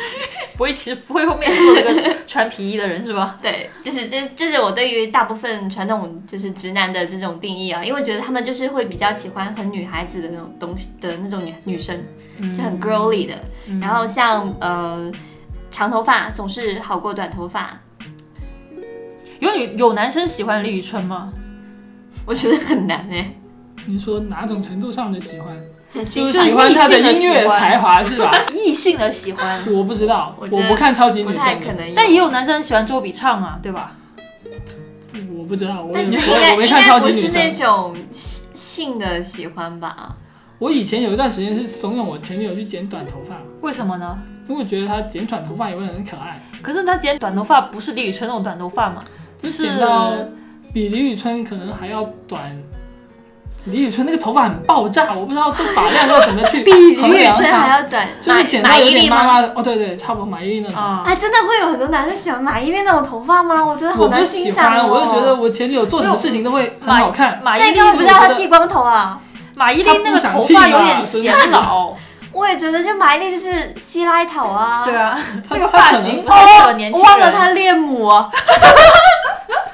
Speaker 2: 不会其实不会后面做那个穿皮衣的人是吧？
Speaker 1: 对，就是这这是我对于大部分传统就是直男的这种定义啊，因为觉得他们就是会比较喜欢很女孩子的那种东西的那种女女生，
Speaker 2: 嗯
Speaker 1: 就很 girly 的。然后像呃长头发总是好过短头发，
Speaker 2: 有女有男生喜欢李宇春吗？
Speaker 1: 我觉得很难哎、
Speaker 2: (laughs)
Speaker 3: 你说哪种程度上的喜欢？
Speaker 1: 很
Speaker 3: 就
Speaker 1: 欣
Speaker 3: 是
Speaker 1: 赏
Speaker 3: 喜欢他的
Speaker 2: 异
Speaker 3: 音
Speaker 2: 性的
Speaker 3: 乐
Speaker 2: 喜欢
Speaker 3: 才华是吧？
Speaker 1: (laughs)
Speaker 2: 异性的喜欢，
Speaker 3: 我不知道，
Speaker 1: 我
Speaker 3: 我
Speaker 1: 觉得
Speaker 3: 不看超级
Speaker 1: 不
Speaker 3: 女
Speaker 1: 太
Speaker 3: 生
Speaker 1: 可
Speaker 3: 的，
Speaker 1: 能有，
Speaker 2: 但也有男生喜欢周笔畅啊，对吧？
Speaker 3: 我不知道，我
Speaker 1: 但
Speaker 3: 也
Speaker 1: 是应
Speaker 3: 我
Speaker 1: 该
Speaker 3: 我没
Speaker 1: 应
Speaker 3: 看
Speaker 1: 该
Speaker 3: 超级
Speaker 1: 不是
Speaker 3: 女
Speaker 1: 那
Speaker 3: 生。
Speaker 1: 种性性的喜欢吧？
Speaker 3: 我以前有一段时间是怂恿我前女友去剪短头发，
Speaker 2: 为什么呢？
Speaker 3: 因为我觉得她剪短头发也会很可爱，
Speaker 2: 可是他剪短头发不是李宇春那种短头发嘛？
Speaker 3: 就是剪到比李宇春可能还要短。李宇春那个头发很爆炸，我不知道这发量要怎么去
Speaker 2: (laughs) 比李
Speaker 1: 李
Speaker 3: 衡
Speaker 1: 宇
Speaker 3: 量
Speaker 1: 春还
Speaker 3: 它，
Speaker 1: 要短，
Speaker 3: 就是剪
Speaker 1: 马
Speaker 3: 到有
Speaker 1: 伊琍
Speaker 3: 点妈
Speaker 1: 吗？
Speaker 3: 妈哦，对对，差不多马伊琍那种。
Speaker 2: 啊，
Speaker 1: 啊，真的会有很多男生喜欢马伊琍那种头发吗？我觉得好
Speaker 3: 我不
Speaker 1: 难
Speaker 3: 喜
Speaker 1: 欣赏
Speaker 3: 欢，
Speaker 1: 哦。
Speaker 3: 我就觉得我前女友做什么事情都会很好看。
Speaker 2: 马伊
Speaker 1: 那你根本
Speaker 2: 琍
Speaker 1: 不知道她剃光头啊！
Speaker 2: 马伊琍那个头发有点显老，
Speaker 1: 我也觉得，就马伊琍就是希拉一头啊。
Speaker 2: (laughs) 对
Speaker 1: 哦，
Speaker 2: 啊，
Speaker 3: 她
Speaker 2: 那个发型哦不太适合年轻
Speaker 1: 我
Speaker 2: 人。
Speaker 1: 忘了她恋母，哦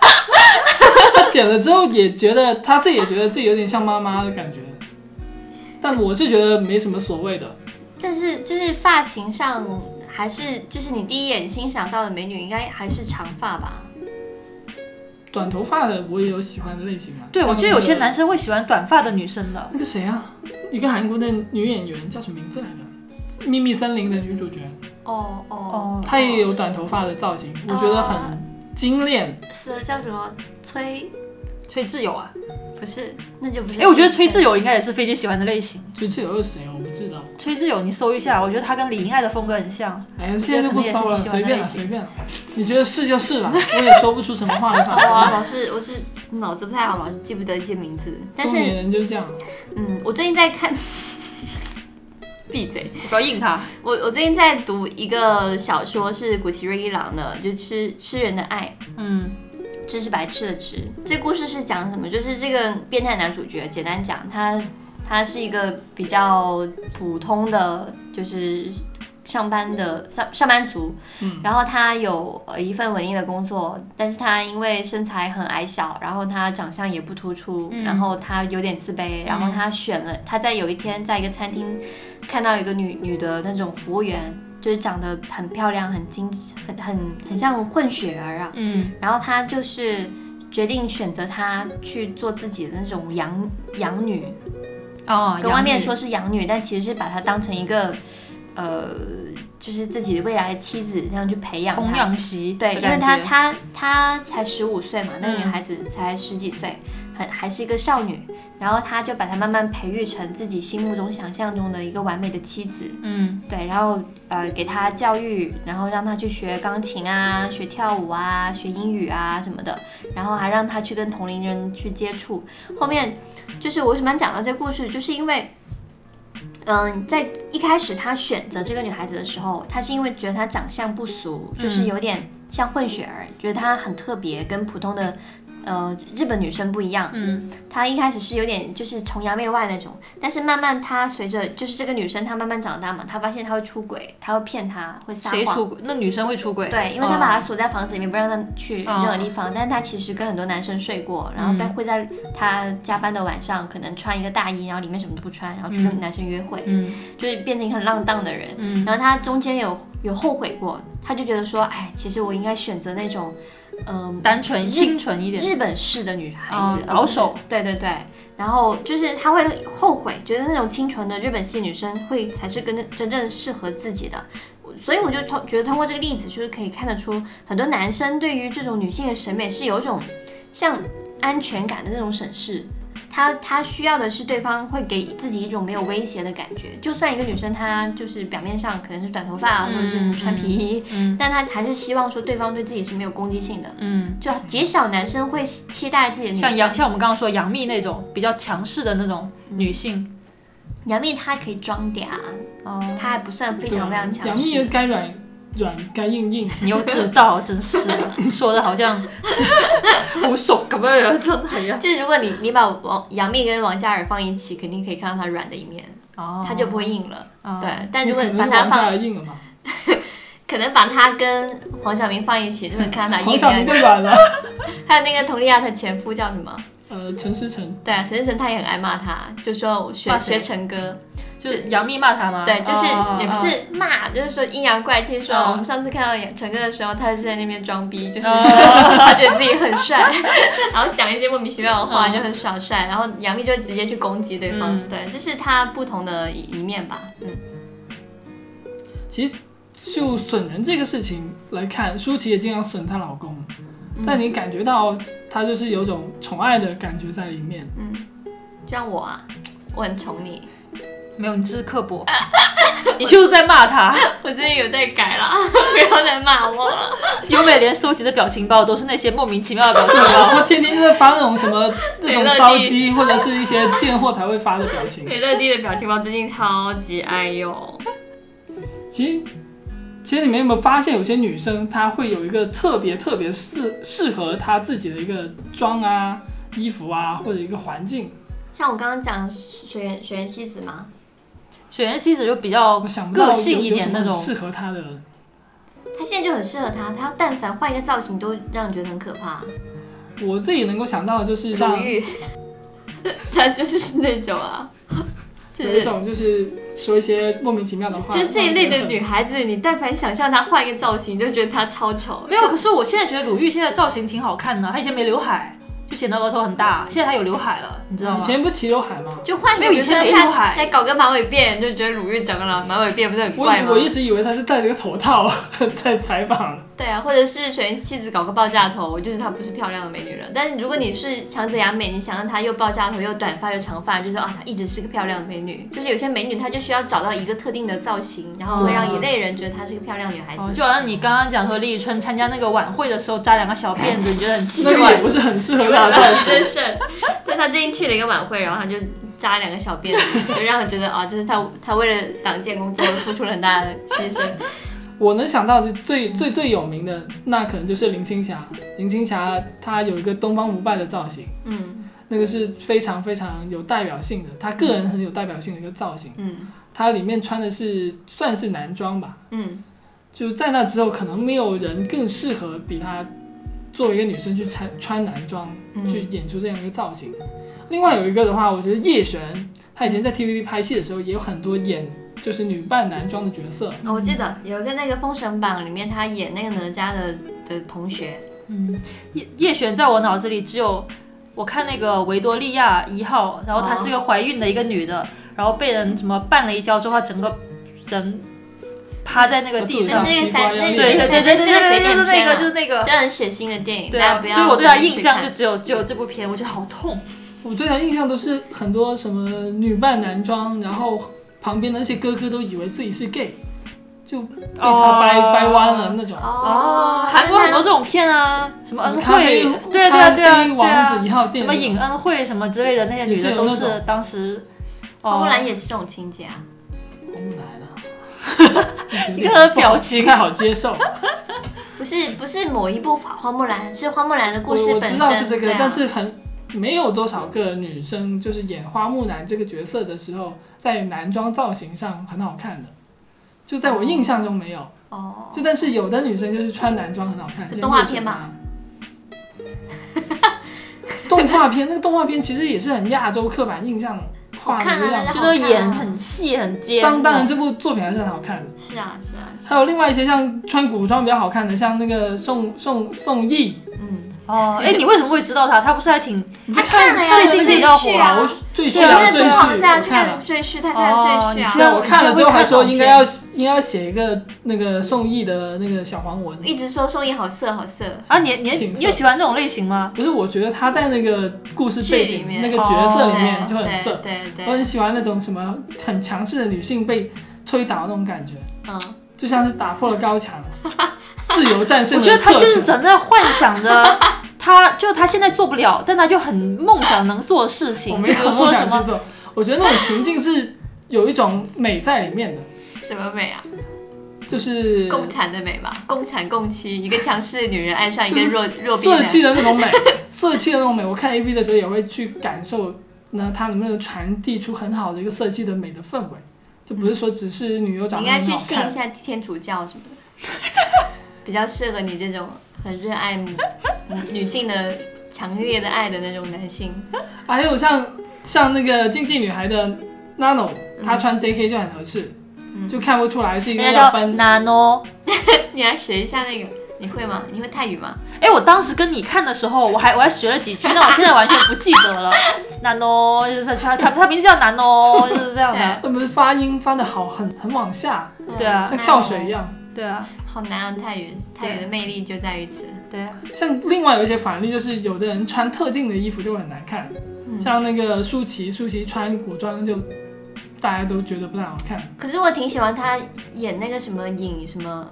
Speaker 3: 她剪了之后也觉得她自己也觉得自己有点像妈妈的感觉，但我是觉得没什么所谓的。
Speaker 1: 但是就是发型上还是就是你第一眼欣赏到的美女，应该还是长发吧？
Speaker 3: 短头发的我也有喜欢的类型啊。
Speaker 2: 对，我觉得有些
Speaker 3: 像那个
Speaker 2: 男生会喜欢短发的女生的。
Speaker 3: 那个谁啊，一个韩国的女演员叫什么名字来着？《秘密森林》的女主角，
Speaker 1: 哦哦，
Speaker 2: 哦，
Speaker 3: 她也有短头发的造型，我觉得
Speaker 1: 啊
Speaker 3: 很精炼。
Speaker 1: 死了叫什么崔？
Speaker 2: 崔智友啊，
Speaker 1: 不是，那就不是。
Speaker 2: 哎，我觉得崔智友应该也是飞机喜欢的类型。
Speaker 3: 就这有谁啊我不知道。
Speaker 2: 崔智友，你搜一下，我觉得他跟李英爱的风格很像。
Speaker 3: 哎呀，现在就不搜了，随便了，随便了。 (laughs) 你觉得是就是吧，我也说不出什么话来。反
Speaker 1: 哦，啊，
Speaker 3: 正
Speaker 1: 老师，我是脑子不太好，老是记不得一些名字。 (laughs) 但
Speaker 3: 中年
Speaker 1: 是，
Speaker 3: 人就是这样，
Speaker 1: 嗯，我最近
Speaker 2: (laughs)
Speaker 1: 在看，闭嘴。
Speaker 2: 你不要应他。
Speaker 1: 我我最近在读一个小说，是古奇瑞一郎的，就吃吃人的爱。
Speaker 2: 嗯，
Speaker 1: 知是白痴的痴。这故事是讲什么？就是这个变态男主角，简单讲，他他是一个比较普通的，就是上班的上上班族，
Speaker 3: 嗯
Speaker 1: 然后他有呃一份稳定的工作，但是他因为身材很矮小，然后他长相也不突出，
Speaker 2: 嗯
Speaker 1: 然后他有点自卑，然后他选了他在有一天在一个餐厅看到一个女女的那种服务员。就是长得很漂亮，很精，很很很像混血儿啊，
Speaker 2: 嗯，
Speaker 1: 然后他就是决定选择她去做自己的那种养养女，啊
Speaker 2: 哦，
Speaker 1: 跟外面
Speaker 2: 杨幂
Speaker 1: 说是养女，但其实是把她当成一个呃，就是自己未来的妻子这样去培养
Speaker 2: 童
Speaker 1: 她。
Speaker 2: 养媳的
Speaker 1: 对，
Speaker 2: 感觉，
Speaker 1: 因为她她她才十五岁嘛，那个
Speaker 2: 嗯
Speaker 1: 女孩子才十几岁，很还是一个少女。然后她就把她慢慢培育成自己心目中想象中的一个完美的妻子。
Speaker 2: 嗯
Speaker 1: 对，然后呃给他教育，然后让他去学钢琴啊、学跳舞啊、学英语啊什么的，然后还让他去跟同龄人去接触。后面就是我为什么讲到这故事，就是因为。嗯，在一开始他选择这个女孩子的时候，他是因为觉得她长相不俗，就是有点像混血儿，觉得她很特别，跟普通的呃日本女生不一样，
Speaker 2: 嗯，
Speaker 1: 她一开始是有点就是崇洋媚外那种，但是慢慢她随着就是这个女生她慢慢长大嘛，她发现她会出轨，她会骗她，会撒
Speaker 2: 谁
Speaker 1: 谎。
Speaker 2: 出轨？那女生会出轨？哦
Speaker 1: 对，因为她把她锁在房子里面，不让她去任何
Speaker 2: 嗯
Speaker 1: 地方。但是她其实跟很多男生睡过，然后在会在她加班的晚上，可能穿一个大衣，然后里面什么都不穿，然后去跟男生约会，
Speaker 2: 嗯
Speaker 1: 就是变成一个很浪荡的人。
Speaker 2: 嗯
Speaker 1: 然后她中间有有后悔过，她就觉得说，哎，其实我应该选择那种，嗯、
Speaker 2: 单纯
Speaker 1: 日
Speaker 2: 清纯一点，
Speaker 1: 日本式的女孩
Speaker 2: 嗯
Speaker 1: 子，
Speaker 2: 保守
Speaker 1: 而不是。对对对，然后就是她会后悔，觉得那种清纯的日本系女生会才是跟真正适合自己的。所以我就通觉得通过这个例子，就是可以看得出很多男生对于这种女性的审美是有一种像安全感的那种审视。他他需要的是对方会给自己一种没有威胁的感觉，就算一个女生她就是表面上可能是短头发啊，或者是
Speaker 2: 嗯
Speaker 1: 穿皮衣，
Speaker 2: 嗯
Speaker 1: 但她还是希望说对方对自己是没有攻击性的。
Speaker 2: 嗯，
Speaker 1: 就啊减少男生会期待自己的女
Speaker 2: 像
Speaker 1: 生。
Speaker 2: 杨像我们刚刚说杨幂那种比较强势的那种女性，
Speaker 1: 杨幂她可以装嗲，啊
Speaker 2: 哦、
Speaker 1: 她还不算非
Speaker 3: 对
Speaker 1: 常非常
Speaker 3: 杨
Speaker 1: 强
Speaker 3: 幂也
Speaker 1: 势。
Speaker 3: 该软软该硬硬，
Speaker 2: 你又知道，真是的， (laughs) 说的好
Speaker 3: (laughs)
Speaker 2: 像好熟咁樣樣，真係啊！
Speaker 1: 就是如果你你把王杨幂跟王嘉尔放一起，肯定可以看到她软的一面，
Speaker 2: 哦，
Speaker 1: 她就不会硬了。
Speaker 2: 哦
Speaker 1: 对，但如果
Speaker 3: 可
Speaker 1: 你把
Speaker 3: 能
Speaker 1: 她
Speaker 3: 王嘉
Speaker 1: 放，
Speaker 3: 尔硬了嘛，
Speaker 1: 可能把她跟黄晓明放一起，就会看到她
Speaker 3: 黄
Speaker 1: 硬
Speaker 3: 晓明
Speaker 1: 的。
Speaker 3: 就软了。 (laughs)
Speaker 1: 还有那个佟丽娅的前夫叫什么？
Speaker 3: 呃，陈思诚，
Speaker 1: 对啊，陈思诚他也很爱骂她，就说我学
Speaker 2: 骂谁
Speaker 1: 学陈哥。
Speaker 2: 就是杨幂骂他吗？
Speaker 1: 对，就是
Speaker 2: 哦
Speaker 1: 也不是骂，就是说阴阳怪气。说
Speaker 2: 哦
Speaker 1: 我们上次看到杨陈哥的时候，他是在那边装逼，就是
Speaker 2: 哦
Speaker 1: (laughs) 他觉得自己
Speaker 2: (laughs)
Speaker 1: 很帅，然后讲一些莫名其妙的话，
Speaker 2: 嗯
Speaker 1: 就很耍帅。然后杨幂就直接去攻击对方，
Speaker 2: 嗯
Speaker 1: 对，这是他不同的一一面吧。嗯，
Speaker 3: 其实就损人这个事情来看，舒淇也经常损她老公，
Speaker 2: 嗯
Speaker 3: 但你感觉到她就是有种宠爱的感觉在里
Speaker 2: (laughs)
Speaker 3: 面。
Speaker 1: 就像我啊，我很宠你，
Speaker 2: 哦没有，你这是刻
Speaker 1: (laughs)
Speaker 2: 薄，你就是在骂他。
Speaker 1: 我最近有在改啦， (laughs) 不要再骂我了。
Speaker 2: 优美连收集的表情包都是那些莫名其妙的表情
Speaker 3: 然
Speaker 2: 包。
Speaker 3: 后天天就在发那种什
Speaker 2: (laughs)
Speaker 3: 么那种
Speaker 1: 美乐蒂
Speaker 3: 骚鸡或者是一些贱货才会发的表
Speaker 2: (laughs)
Speaker 3: 情。
Speaker 1: 美乐蒂的表情包最近超级爱用，
Speaker 3: 其实，其实你们有没有发现，有些女生她会有一个特别特别适适合她自己的一个妆啊、衣服啊，或者一个环境。
Speaker 1: 像我刚刚讲水原水原希子嘛，
Speaker 2: 雪原希子就比较
Speaker 3: 我想不到
Speaker 2: 个
Speaker 3: 有
Speaker 2: 性一
Speaker 3: 有
Speaker 2: 点
Speaker 3: 什么
Speaker 2: 那种，
Speaker 3: 适合她的。
Speaker 1: 她现在就很适合她，她但凡换一个造型都让人觉得很可怕。
Speaker 3: 我自己能够想到的就是
Speaker 1: 鲁 (laughs)
Speaker 3: 像
Speaker 1: 豫，她就是那
Speaker 2: (laughs)
Speaker 1: 种啊，就
Speaker 3: 有一
Speaker 1: 是
Speaker 3: 种就是说一些莫名其妙的话，
Speaker 1: 就是这一类的女
Speaker 3: 让人
Speaker 1: 孩子，你但凡想象她换一个造型，就觉得她超丑。
Speaker 2: 没有。可是我现在觉得鲁豫现在造型挺好看的，她以前没刘海，就显得额头很大，现在她有刘海了，你知道
Speaker 3: 很。
Speaker 2: 吗
Speaker 3: 以？前不齐刘海吗？
Speaker 1: 就换一个
Speaker 2: 没有以前
Speaker 1: 比如
Speaker 2: 没
Speaker 1: 说
Speaker 2: 刘海
Speaker 1: 她她搞个马尾辫，就觉得鲁豫长个马尾辫不是很
Speaker 3: 我
Speaker 1: 怪
Speaker 3: 以
Speaker 1: 吗
Speaker 3: 我？一直以为她是戴着一个头套 (laughs) 在采访，
Speaker 1: 对啊，或者是水原希子搞个爆炸头，就是她不是漂亮的美女了。但是如果你是长泽雅美，你想让她又爆炸头又短发又长发，就是啊，她一直是个漂亮的美女。就是有些美女她就需要找到一个特定的造型，然后会让一类人觉得她是个漂亮女孩子。
Speaker 2: 哦，就好像你刚刚讲说李宇春参加那个晚会的时候扎两个小辫子，你觉得很奇
Speaker 3: 那个
Speaker 2: 怪
Speaker 3: 也。不是很适合她
Speaker 1: 然
Speaker 3: 的。
Speaker 1: 后真是，但他最近去了一个晚会，然后他就扎两个小辫子，就让人觉得啊，这是他他为了党建工作付出了很大的牺牲。
Speaker 3: 我能想到就最最最有名的，那可能就是林青霞。林青霞她有一个东方不败的造型，
Speaker 1: 嗯
Speaker 3: 那个是非常非常有代表性的，她个人很有代表性的一个造型。
Speaker 1: 嗯
Speaker 3: 她里面穿的是算是男装吧，
Speaker 1: 嗯，
Speaker 3: 就在那之后，可能没有人更适合比她作为一个女生去穿穿男装
Speaker 1: 嗯
Speaker 3: 去演出这样一个造型。另外有一个的话，我觉得叶璇，她以前在 TVB 拍戏的时候也有很多演就是女扮男装的角色，
Speaker 1: 哦我记得有一个那个《封神榜》里面，他演那个哪吒的的同学，
Speaker 2: 嗯，叶叶璇在我脑子里只有我看那个维多利亚一号，然后她
Speaker 1: 哦
Speaker 2: 是个怀孕的一个女的，然后被人什么绊了一跤之后，她整个人趴在那个地
Speaker 3: 就
Speaker 1: 那
Speaker 2: 上。
Speaker 1: 是一个三，
Speaker 2: 对
Speaker 1: 那
Speaker 2: 对对对对
Speaker 1: 那
Speaker 2: 对，
Speaker 1: 是个
Speaker 2: 对
Speaker 1: 邪
Speaker 2: 就是
Speaker 1: 典
Speaker 2: 那
Speaker 1: 片
Speaker 2: 个
Speaker 1: 啊，
Speaker 2: 就是那个。
Speaker 1: 这很血腥的电影，
Speaker 2: 对
Speaker 1: 大家
Speaker 2: 啊，
Speaker 1: 不要。
Speaker 2: 所以我对她印象就只有只有这部片，我觉得好痛。
Speaker 3: 我对她印象都是很多什么女扮男装，然后旁边的那些哥哥都以为自己是 gay，就被她掰、
Speaker 2: 哦
Speaker 3: 掰弯了那种。
Speaker 1: 哦，
Speaker 2: 韩国很多这种片啊，什么恩
Speaker 3: 咖
Speaker 2: 惠
Speaker 3: 啡，
Speaker 2: 对啊对啊对啊
Speaker 3: 咖啡
Speaker 2: 对
Speaker 3: 王子
Speaker 2: 啊，
Speaker 3: 一号
Speaker 2: 什
Speaker 3: 店
Speaker 2: 么尹恩惠什么之类的那些女
Speaker 3: 也是
Speaker 2: 的
Speaker 3: 有
Speaker 2: 都
Speaker 3: 那
Speaker 2: 是
Speaker 3: 种
Speaker 2: 当时。
Speaker 1: 花木
Speaker 2: 哦
Speaker 1: 兰也是这种情节啊。
Speaker 3: 红木来的，
Speaker 2: 你看她的表情啊
Speaker 3: 不太好接受。
Speaker 1: 不是不是某一部法花木兰，是花木兰的故
Speaker 3: 我
Speaker 1: 事
Speaker 3: 我
Speaker 1: 本
Speaker 3: 知
Speaker 1: 身。
Speaker 3: 道是这个，
Speaker 1: 对啊、
Speaker 3: 但是很没有多少个女生就是演花木兰这个角色的时候，在男装造型上很好看的，就在我印象中没有。
Speaker 1: 哦，
Speaker 3: 就但是有的女生就是穿男装很好看，
Speaker 1: 就
Speaker 3: 这
Speaker 1: 动画片嘛。
Speaker 3: (laughs) 动画片那个动画片其实也是很亚洲刻板印象
Speaker 1: 好
Speaker 3: 画的
Speaker 1: 看
Speaker 3: 那
Speaker 1: 啊那
Speaker 3: 个样子
Speaker 1: 个
Speaker 2: 就那个眼很细很尖。
Speaker 3: 当当然，这部作品还是很好看的。
Speaker 1: 是啊是啊，是啊
Speaker 3: 还有另外一些像穿古装比较好看的，像那个宋宋宋轶，
Speaker 1: 嗯，
Speaker 2: 哦，哎，你为什么会知道他？他不是还挺
Speaker 3: 你
Speaker 1: 他
Speaker 3: 去
Speaker 1: 啊看了呀，
Speaker 3: 看
Speaker 2: 最近
Speaker 1: 追
Speaker 2: 比
Speaker 1: 剧
Speaker 2: 较火
Speaker 1: 啊，
Speaker 3: 我最
Speaker 1: 不
Speaker 3: 去啊
Speaker 1: 是
Speaker 3: 最
Speaker 1: 不放假
Speaker 3: 去
Speaker 1: 去
Speaker 3: 看了
Speaker 1: 看。追剧，他看追
Speaker 2: 哦
Speaker 1: 剧
Speaker 2: 你知
Speaker 3: 虽
Speaker 1: 啊，
Speaker 2: 道
Speaker 3: 然我看了之后还说应该
Speaker 2: 你
Speaker 3: 要应该要写一个那个宋轶的那个小黄文，
Speaker 1: 一直说宋轶好色好色，
Speaker 2: 啊？你你
Speaker 3: 挺色
Speaker 2: 你有喜欢这种类型吗？
Speaker 3: 不是，我觉得他在那个故事背
Speaker 1: 剧里
Speaker 3: 景、
Speaker 1: 面
Speaker 3: 那个角色里面
Speaker 2: 哦
Speaker 3: 就很色，
Speaker 1: 对对
Speaker 3: 我很
Speaker 1: 对，
Speaker 3: 喜欢那种什么很强势的女性被推倒那种感觉，
Speaker 1: 嗯，
Speaker 3: 就像是打破了
Speaker 1: (laughs)
Speaker 3: 高墙，自由战
Speaker 2: 我
Speaker 3: 胜了
Speaker 2: 觉得他就是
Speaker 3: 特权
Speaker 2: 整在幻想着。 (laughs) 他就他现在做不了，但他就很梦想能做的事情，
Speaker 3: 我
Speaker 2: 就
Speaker 3: 没
Speaker 2: 比
Speaker 3: 有
Speaker 2: 如说
Speaker 3: 梦
Speaker 2: 什
Speaker 3: 想
Speaker 2: 么
Speaker 3: 去做。我觉得那种情境是有一种美在里面的，
Speaker 1: 什么美啊？
Speaker 3: 就是
Speaker 1: 共产的美吧，共产共妻，一个强势的女人爱上一个
Speaker 3: (laughs)
Speaker 1: 弱弱逼
Speaker 3: 色
Speaker 1: 男。
Speaker 3: 气的那种美， (laughs) 色气的那种美。我看 A V 的时候也会去感受，那它能不能传递出很好的一个色气的美的氛围，就不是说只是女优
Speaker 1: 你
Speaker 3: 长
Speaker 1: 应
Speaker 3: 得
Speaker 1: 该
Speaker 3: 很
Speaker 1: 去
Speaker 3: 好
Speaker 1: 信一
Speaker 3: 看。
Speaker 1: 下天主教什么的，比较适合你这种很热爱女女性的强烈的爱的那种男性。 (laughs)
Speaker 3: 还有像像那个竞技女孩的 Nano，她
Speaker 1: 嗯
Speaker 3: 穿 J K 就很合适，就看不出来是一个
Speaker 2: 人
Speaker 3: 要
Speaker 2: 家叫
Speaker 3: 奔
Speaker 2: nano，
Speaker 1: 你来学一下那个，你会吗？你会泰语吗？
Speaker 2: 哎，我当时跟你看的时候，我还我还学了几句，但我现在完全不记得了。nano 就是他他他名字叫 nano，就是这样的。
Speaker 3: 他们发音发的好，很很往下，
Speaker 2: 对
Speaker 1: 嗯
Speaker 2: 啊
Speaker 3: 像跳水一。样。
Speaker 2: 对啊，
Speaker 1: 好难啊，泰语，泰语的魅力就在于此。
Speaker 2: 对啊，
Speaker 3: 像另外有一些反例，就是有的人穿特定的衣服就会很难看，
Speaker 1: 嗯
Speaker 3: 像那个舒淇，舒淇穿古装就大家都觉得不太好看。
Speaker 1: 可是我挺喜欢他演那个什么尹什么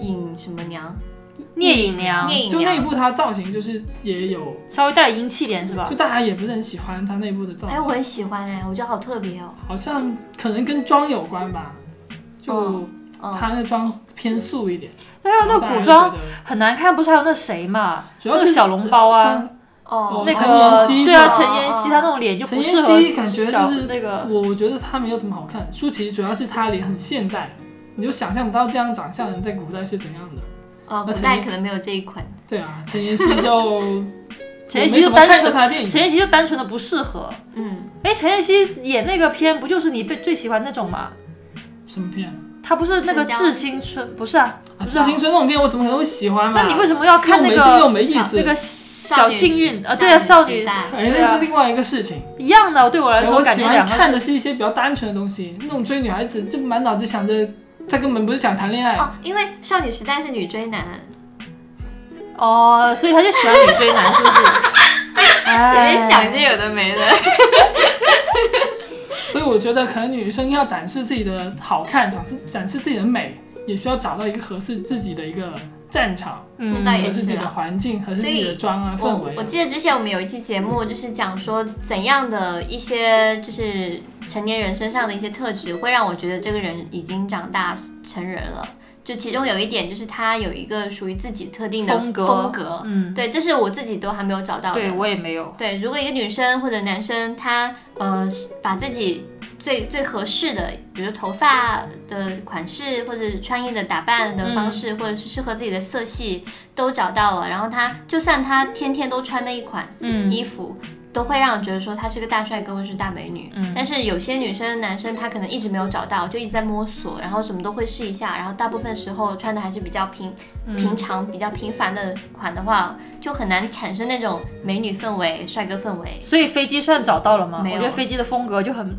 Speaker 1: 尹什么娘，
Speaker 2: 聂隐娘
Speaker 1: 聂隐
Speaker 3: 就那一
Speaker 1: 娘。
Speaker 3: 部，它造型就是也有，
Speaker 2: 稍微带阴气点是吧
Speaker 3: 就？大家也不是很喜欢它内部的造
Speaker 1: 哎，我
Speaker 3: 型，
Speaker 1: 很喜欢哎、我觉得好特别哦。
Speaker 3: 好像可能跟妆有关吧，就
Speaker 1: 嗯嗯，
Speaker 3: 它那个妆偏素一点。
Speaker 2: 对啊，那个
Speaker 3: 大家
Speaker 2: 古
Speaker 3: 就
Speaker 2: 装
Speaker 3: 觉得
Speaker 2: 很难看，不是还有那谁嘛？
Speaker 3: 主要
Speaker 2: 那
Speaker 3: 是
Speaker 2: 个小笼包啊
Speaker 3: 像，
Speaker 1: 哦
Speaker 3: 哦，
Speaker 2: 那
Speaker 3: 陈妍
Speaker 2: 个
Speaker 3: 希哦
Speaker 2: 对啊，
Speaker 1: 是吧
Speaker 2: 陈妍希她那种脸就
Speaker 3: 陈
Speaker 2: 不
Speaker 3: 妍
Speaker 2: 适合
Speaker 3: 希感觉
Speaker 2: 小
Speaker 3: 就是嗯
Speaker 2: 那个。
Speaker 3: 我我觉得她没有什么好看。舒淇主要是她脸很现代，你就想象不到这样长相的人在古代是怎样的。
Speaker 1: 哦，古
Speaker 3: 那陈
Speaker 1: 代
Speaker 3: 妍
Speaker 1: 可能没有这一款。
Speaker 3: 对啊，陈妍希
Speaker 2: (laughs)
Speaker 3: 就
Speaker 2: 陈妍希就
Speaker 3: 我没怎么
Speaker 2: 单
Speaker 3: 看过
Speaker 2: 纯，
Speaker 3: 她的电影，
Speaker 2: 陈妍希就单纯的不适合。
Speaker 1: 嗯，
Speaker 2: 哎，陈妍希演那个片不就是你被最喜欢那种吗？
Speaker 3: 什么片？
Speaker 2: 她不是那个
Speaker 1: 是这样
Speaker 2: 致青春，不是啊？
Speaker 3: 啊，
Speaker 2: 不知
Speaker 3: 致
Speaker 2: 道
Speaker 3: 青春那种片我怎么可能会喜欢嘛？
Speaker 2: 那你为什么要看那
Speaker 3: 又没劲又
Speaker 2: 个
Speaker 3: 没意
Speaker 2: 那
Speaker 3: 思？
Speaker 2: 个小幸运啊？
Speaker 1: 少女
Speaker 2: 对啊，少女
Speaker 1: 时代
Speaker 3: 哎，那是另外一个事情。
Speaker 2: 啊一样的，对我来说
Speaker 3: 我
Speaker 2: 感
Speaker 3: 喜
Speaker 2: 觉
Speaker 3: 欢
Speaker 2: 两个
Speaker 3: 看的是一些比较单纯的东西，那种追女孩子就满脑子想着，她根本不是想谈恋爱。
Speaker 1: 哦，因为少女时代是女追男，
Speaker 2: 哦，所以他就喜
Speaker 1: (laughs)
Speaker 2: 欢女追男，是不是？哎，
Speaker 1: 些有的没的。
Speaker 3: (laughs) 所以我觉得，可能女生要展示自己的好看，展示展示自己的美，也需要找到一个合适自己的一个战场，
Speaker 1: 那倒
Speaker 2: 嗯，
Speaker 1: 也
Speaker 3: 合适
Speaker 1: 是
Speaker 3: 自己
Speaker 1: 啦
Speaker 3: 的环境，合适自己
Speaker 1: 所以
Speaker 3: 的妆啊氛
Speaker 1: 我
Speaker 3: 围
Speaker 1: 我
Speaker 3: 啊。
Speaker 1: 记得之前我们有一期节目，就是讲说怎样的一些就是成年人身上的一些特质，会让我觉得这个人已经长大成人了。就其中有一点就是他有一个属于自己特定的
Speaker 2: 风格
Speaker 1: 风格
Speaker 2: 嗯，
Speaker 1: 对，这是我自己都还没有找到的。
Speaker 2: 对我也没有。
Speaker 1: 对，如果一个女生或者男生，他呃是把自己最最合适的，比如头发的款式，或者穿衣的打扮的方
Speaker 2: 嗯
Speaker 1: 式，或者是适合自己的色系都找到了，然后他就算他天天都穿那一款
Speaker 2: 嗯，
Speaker 1: 衣服。都会让人觉得说他是个大帅哥或是大美女，
Speaker 2: 嗯
Speaker 1: 但是有些女生、男生他可能一直没有找到，就一直在摸索，然后什么都会试一下，然后大部分时候穿的还是比较平
Speaker 2: 嗯
Speaker 1: 平常比较平凡的款的话，就很难产生那种美女氛围、帅哥氛围。
Speaker 2: 所以飞机算找到了吗？
Speaker 1: 没有
Speaker 2: 我觉得飞机的风格就很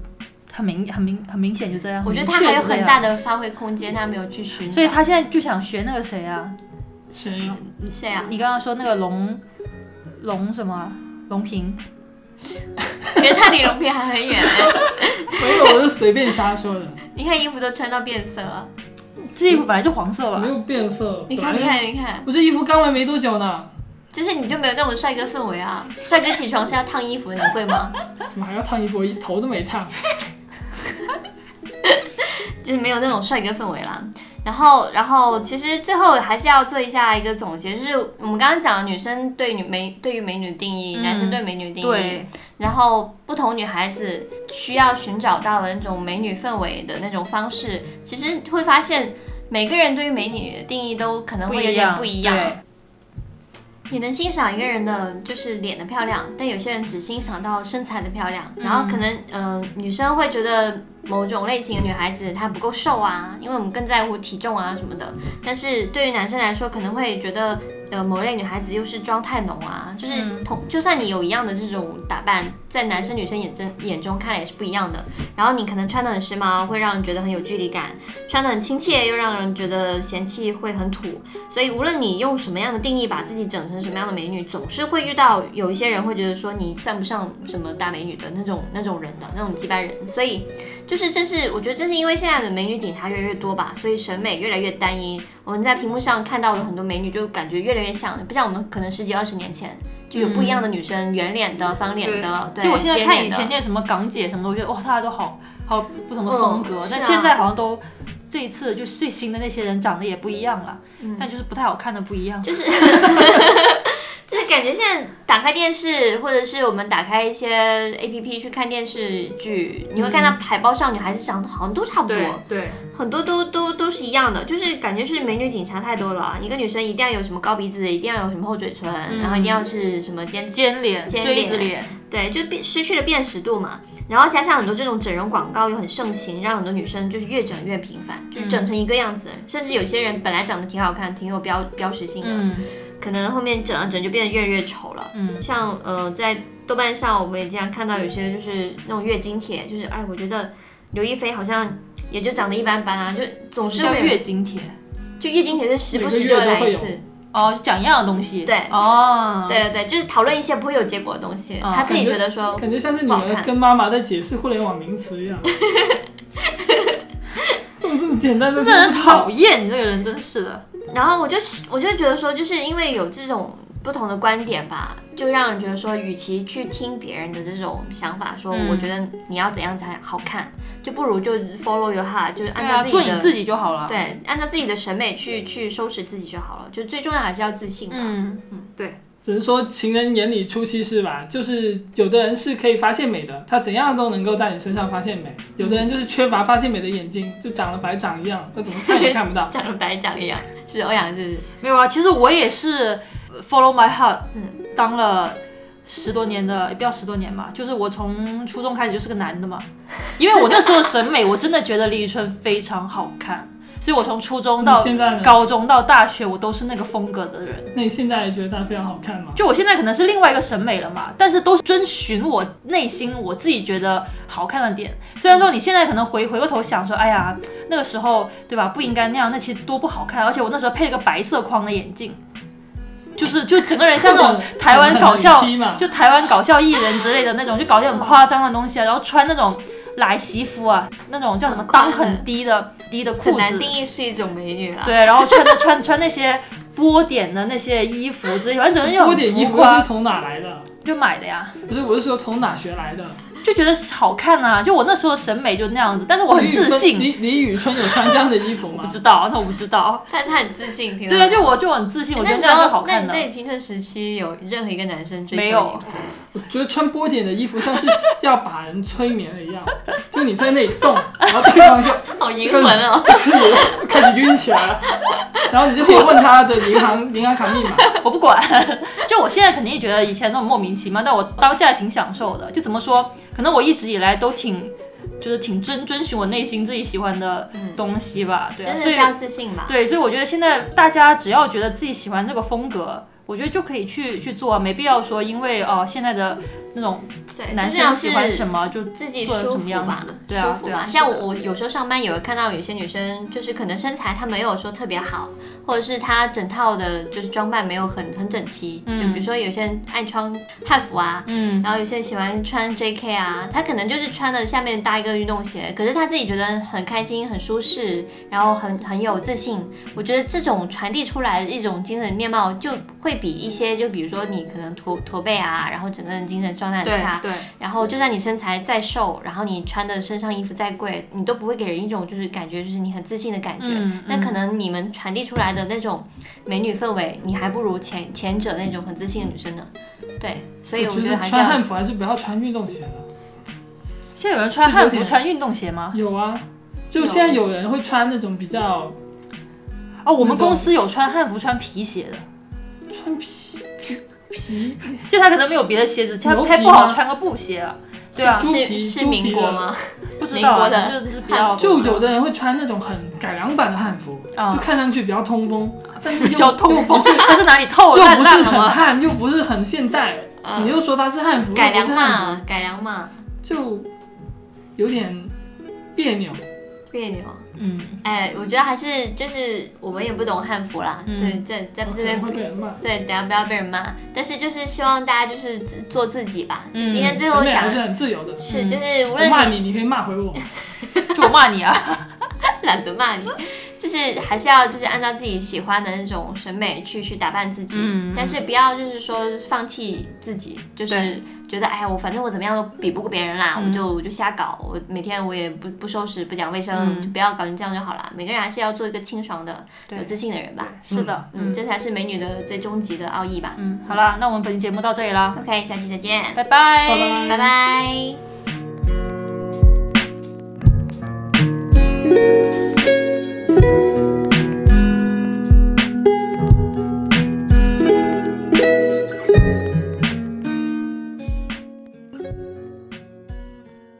Speaker 2: 很明很明很明显，就这样。
Speaker 1: 我觉得
Speaker 2: 很
Speaker 1: 他
Speaker 2: 明嗯
Speaker 1: 还
Speaker 2: 确
Speaker 1: 有
Speaker 2: 是这
Speaker 1: 很
Speaker 2: 样
Speaker 1: 大的发挥空间，他没有去寻找。
Speaker 2: 所以他现在就想学那个谁啊？
Speaker 3: 谁啊？
Speaker 1: 谁啊？
Speaker 2: 你刚刚说那个龙龙什么啊龙平？
Speaker 1: 觉得他离龙皮还很远、 (laughs) 哎
Speaker 3: 没有，我是随便瞎说
Speaker 1: (laughs)
Speaker 3: 的，
Speaker 1: 你看衣服都穿到变色了，
Speaker 2: 这衣服本来就黄色吧
Speaker 1: 嗯
Speaker 3: 没？有变色。
Speaker 1: 你看，你
Speaker 3: 本来就，
Speaker 1: 看，你看，
Speaker 3: 我这衣服刚来没多久呢，
Speaker 1: 就是你就没有那种帅哥氛围啊！帅哥起床是要烫衣服的，你会吗？ (laughs)
Speaker 3: 怎么还要烫衣服？我头都没烫。
Speaker 1: 就是没有那种帅哥氛围啦。然后，然后其实最后还是要做一下一个总结，就是我们刚刚讲的女生对女美对于美女的定义，
Speaker 2: 嗯
Speaker 1: 男生对美女的定义，
Speaker 2: 对，
Speaker 1: 然后不同女孩子需要寻找到的那种美女氛围的那种方式，其实会发现每个人对于美女的定义都可能会有点不一样。
Speaker 2: 对
Speaker 1: 你能欣赏一个人的就是脸的漂亮，但有些人只欣赏到身材的漂亮，
Speaker 2: 嗯
Speaker 1: 然后可能呃女生会觉得某种类型的女孩子她不够瘦啊，因为我们更在乎体重啊什么的，但是对于男生来说可能会觉得呃某类女孩子又是妆太浓啊，就是
Speaker 2: 嗯
Speaker 1: 同、就算你有一样的这种打扮，在男生女生眼中眼中看来也是不一样的，然后你可能穿的很时髦，会让人觉得很有距离感，穿的很亲切又让人觉得嫌弃会很土，所以无论你用什么样的定义把自己整成什么样的美女，总是会遇到有一些人会觉得说你算不上什么大美女的那种那种人的那种鸡巴人。所以就是这是我觉得这是因为现在的美女警察越来越多吧，所以审美越来越单一。我们在屏幕上看到的很多美女就感觉越来越像，不像我们可能十几二十年前就有不一样
Speaker 2: 嗯
Speaker 1: 的女生，圆脸的、方脸的，哦对，
Speaker 2: 就我现在
Speaker 1: 尖
Speaker 2: 看
Speaker 1: 脸
Speaker 2: 以
Speaker 1: 的
Speaker 2: 前那什么港姐什么的，我觉得哇，大家都好好不同的风格，
Speaker 1: 嗯
Speaker 2: 但
Speaker 1: 是啊
Speaker 2: 现在好像都这一次就最新的那些人长得也不一样了，
Speaker 1: 嗯
Speaker 2: 但就是不太好看的不一样。
Speaker 1: 就是 (laughs) 就是感觉现在打开电视，或者是我们打开一些 A P P 去看电视剧，你会看到海报上女孩子长得好像都差不多，
Speaker 2: 嗯对，
Speaker 1: 很多都都都是一样的，就是感觉是美女警察太多了。一个女生一定要有什么高鼻子，一定要有什么厚嘴唇，
Speaker 2: 嗯
Speaker 1: 然后一定要是什么尖
Speaker 2: 尖脸、
Speaker 1: 尖
Speaker 2: 锥
Speaker 1: 脸
Speaker 2: 子脸，
Speaker 1: 对，就变失去了辨识度嘛。然后加上很多这种整容广告又很盛行，让很多女生就是越整越频繁，就整成一个样子。甚至有些人本来长得挺好看，挺有标标识性的，
Speaker 2: 嗯
Speaker 1: 可能后面整啊整就变得越来越丑了。
Speaker 2: 嗯，
Speaker 1: 像呃，在豆瓣上我们也经常看到有些就是那种月经帖，就是哎，我觉得刘亦菲好像也就长得一般般啊，就总是
Speaker 2: 叫
Speaker 1: 会
Speaker 2: 月经帖
Speaker 1: 就月经帖就时不时
Speaker 3: 每
Speaker 1: 就
Speaker 3: 个月
Speaker 1: 会来
Speaker 3: 都会
Speaker 1: 一
Speaker 3: 有
Speaker 1: 次。
Speaker 2: 哦，就讲一样的东西。
Speaker 1: 对
Speaker 2: 哦，
Speaker 1: 对对对，就是讨论一些不会有结果的东西，
Speaker 2: 哦
Speaker 1: 她自己
Speaker 3: 感觉
Speaker 1: 觉得说
Speaker 3: 感觉像是你
Speaker 1: 不好
Speaker 3: 们
Speaker 1: 看
Speaker 3: 跟妈妈在解释互联网名词一样。 (laughs) 这种这么简单的
Speaker 2: 真的
Speaker 3: 事
Speaker 2: 很
Speaker 3: 情，好。
Speaker 2: 讨厌，你这个人真是的。
Speaker 1: 然后我就我就觉得说，就是因为有这种不同的观点吧，就让人觉得说，与其去听别人的这种想法，说
Speaker 2: 嗯
Speaker 1: 我觉得你要怎样才好看，就不如就 follow your heart，就
Speaker 2: 对
Speaker 1: 是按照
Speaker 2: 啊，
Speaker 1: 自
Speaker 2: 做
Speaker 1: 己
Speaker 2: 你
Speaker 1: 的。
Speaker 2: 自己就好了。
Speaker 1: 对，按照自己的审美去去收拾自己就好了，就最重要还是要自信嘛。
Speaker 2: 嗯，
Speaker 3: 只是说情人眼里出西施吧，就是有的人是可以发现美的，他怎样都能够在你身上发现美；有的人就是缺乏发现美的眼睛，就长了白长一样，他怎么看也看不到。
Speaker 1: 长得白长一样，是欧阳，是
Speaker 2: 没有啊，其实我也是 follow my heart，
Speaker 1: 嗯
Speaker 2: 当了十多年的，也不要十多年吧，就是我从初中开始就是个男的嘛，因为我那时候审美，我真的觉得李宇春非常好看，所以我从初中
Speaker 3: 你
Speaker 2: (laughs) 到
Speaker 3: 现在呢？
Speaker 2: 高中到大学，我都是那个风格的人。
Speaker 3: 那你现在也觉得他非常好看吗？
Speaker 2: 就我现在可能是另外一个审美了嘛，但是都是遵循我内心我自己觉得好看的点。虽然说你现在可能回回过头想说，哎呀，那个时候对吧，不应该那样，那其实多不好看。而且我那时候配了个白色框的眼镜， (laughs) 就是就整个人像那种台湾搞笑
Speaker 3: 很很很批嘛，
Speaker 2: 就台湾搞笑艺人之类的那种，就搞些很夸张的东西啊，然后穿那种来西服啊，那种叫什么
Speaker 1: 很宽
Speaker 2: 裆
Speaker 1: 的
Speaker 2: 很低的低的裤
Speaker 1: 很
Speaker 2: 子，
Speaker 1: 难
Speaker 3: 啊
Speaker 1: 定义是一种美女啦。
Speaker 2: 对，然后穿的穿穿那些波点的那些衣服之类，反正整个人就很
Speaker 3: 波点衣
Speaker 2: 浮啊
Speaker 3: 服
Speaker 2: 夸
Speaker 3: 是从哪来的？
Speaker 2: 就买的呀，
Speaker 3: 不是，我是说从哪学来的？
Speaker 2: 就觉得好看啊。就我那时候审美就那样子，但是我很自信。
Speaker 3: 李宇春李李宇春有穿这样的衣服
Speaker 2: 不
Speaker 3: 吗？
Speaker 2: 知道， (laughs) 那我不知道。
Speaker 1: 但她很自信，听到
Speaker 2: 对啊，
Speaker 1: 吗
Speaker 2: 就我就很自信，我觉
Speaker 1: 哎那
Speaker 2: 得
Speaker 1: 时
Speaker 2: 那样是
Speaker 1: 候
Speaker 2: 好，
Speaker 1: 那
Speaker 2: 看
Speaker 1: 你
Speaker 2: 的
Speaker 1: 在。你青春时期有任何一个男生追求
Speaker 2: 没
Speaker 1: 你
Speaker 2: 有
Speaker 1: 吗？
Speaker 3: 我觉得穿波点的衣服像是要把人催眠了一样，就你在那里动，然后对方就
Speaker 1: 好淫魂哦！
Speaker 3: 开始晕起来了，然后你就可以问他的银行 (laughs) 银行卡密码。
Speaker 2: 我不管， (laughs) 就我现在肯定觉得以前那种莫名其妙，但我当下挺享受的。就怎么说，可能我一直以来都挺，就是挺遵遵循我内心自己喜欢的东西吧。对、啊，
Speaker 1: 嗯真
Speaker 2: 所
Speaker 1: 的
Speaker 2: 以
Speaker 1: 是要自信吧？
Speaker 2: 对，所以我觉得现在大家只要觉得自己喜欢这个风格，我觉得就可以去去做，啊没必要说因为哦、现在的那种
Speaker 1: 对，
Speaker 2: 男
Speaker 1: 就这样
Speaker 2: 生喜欢
Speaker 1: 是
Speaker 2: 什么就
Speaker 1: 自己
Speaker 2: 做成
Speaker 1: 舒
Speaker 2: 什么
Speaker 1: 服
Speaker 2: 样
Speaker 1: 吧
Speaker 2: 子，对啊
Speaker 1: 舒服
Speaker 2: 对
Speaker 1: 吧。
Speaker 2: 啊是
Speaker 1: 像
Speaker 2: 的
Speaker 1: 我，我有时候上班也会看到有些女生，就是可能身材她没有说特别好，或者是她整套的就是装扮没有很很整齐。就比如说有些人爱穿汉服啊，
Speaker 2: 嗯，
Speaker 1: 然后有些人喜欢穿 JK 啊，她可能就是穿的下面搭一个运动鞋，可是她自己觉得很开心、很舒适，然后很很有自信。我觉得这种传递出来的一种精神面貌，就会比一些就比如说你可能驼驼背啊，然后整个人精神装的很
Speaker 2: 对
Speaker 1: 差。
Speaker 2: 对，
Speaker 1: 然后就算你身材再瘦，然后你穿的身上衣服再贵，你都不会给人一种就是感觉就是你很自信的感觉。
Speaker 2: 嗯
Speaker 1: 那可能你们传递出来的那种美女氛围，你还不如前前者那种很自信的女生呢。对，所以我
Speaker 3: 我
Speaker 1: 觉得还是
Speaker 3: 穿
Speaker 1: 要
Speaker 3: 汉服还是不要穿运动鞋了。
Speaker 2: 现在有人穿汉服穿运动鞋吗？
Speaker 3: 有啊，就
Speaker 1: 有
Speaker 3: 现在有人会穿那种比较
Speaker 2: 哦，我们
Speaker 3: 那种
Speaker 2: 公司有穿汉服穿皮鞋的，
Speaker 3: 穿皮皮皮
Speaker 2: 就他可能没有别的鞋子，他
Speaker 3: 牛皮
Speaker 2: 他不好
Speaker 3: 吗
Speaker 2: 穿个布鞋啊。对啊
Speaker 3: 猪
Speaker 1: 是
Speaker 3: 皮
Speaker 1: 是
Speaker 3: 猪皮
Speaker 1: 民国
Speaker 3: 的
Speaker 1: 吗？
Speaker 2: 不知道啊
Speaker 1: 民国的
Speaker 2: 就是就是比较
Speaker 3: 就有的人会穿那种很改良版的汉服，
Speaker 2: 啊
Speaker 3: 就看上去比较通风，哦但是
Speaker 2: 比较
Speaker 3: 又又
Speaker 2: 痛
Speaker 3: 不
Speaker 2: 风
Speaker 3: (laughs) 是，
Speaker 2: 他是哪里透
Speaker 3: 又
Speaker 2: 烂
Speaker 3: 不是
Speaker 2: 烂了
Speaker 3: 很
Speaker 2: 吗？
Speaker 3: 汉，又不是很现代。你又说它是汉服，
Speaker 1: 改
Speaker 3: 又
Speaker 1: 良
Speaker 3: 不是汉
Speaker 1: 嘛，改良嘛，
Speaker 3: 服，就有点别扭。
Speaker 1: 别扭。
Speaker 2: 嗯，
Speaker 1: 哎，我觉得还是就是我们也不懂汉服啦，
Speaker 2: 嗯
Speaker 1: 对，在在这边
Speaker 3: 可能会被人骂。
Speaker 1: 对，等下不要被人骂。但是就是希望大家就是自做自己吧。
Speaker 2: 嗯
Speaker 1: 今天最后
Speaker 3: 审美
Speaker 1: 讲
Speaker 3: 还
Speaker 1: 的
Speaker 3: 是很自由的，
Speaker 1: 是
Speaker 2: 嗯
Speaker 1: 就是无
Speaker 3: 我
Speaker 1: 论
Speaker 3: 骂
Speaker 1: 你
Speaker 3: 你，你可以骂回我。
Speaker 2: 就我骂你啊，
Speaker 1: 懒得骂你，就是还是要就是按照自己喜欢的那种审美去去打扮自己，
Speaker 2: 嗯
Speaker 1: 但是不要就是说放弃自己，就是
Speaker 2: 对
Speaker 1: 觉得哎呀我反正我怎么样都比不过别人啦，
Speaker 2: 嗯
Speaker 1: 我就我就瞎搞，我每天我也不不收拾不讲卫生，
Speaker 2: 嗯
Speaker 1: 就不要搞成这样就好了。每个人还是要做一个清爽的、
Speaker 2: 对
Speaker 1: 有自信的人吧，
Speaker 2: 是的，
Speaker 1: 嗯，
Speaker 2: 嗯
Speaker 1: 这才是美女的最终极的奥义吧。
Speaker 2: 嗯，好啦，那我们本期节目到这里啦，
Speaker 1: OK，下期再见，
Speaker 2: 拜拜
Speaker 3: 拜
Speaker 1: 拜
Speaker 3: 拜
Speaker 1: 拜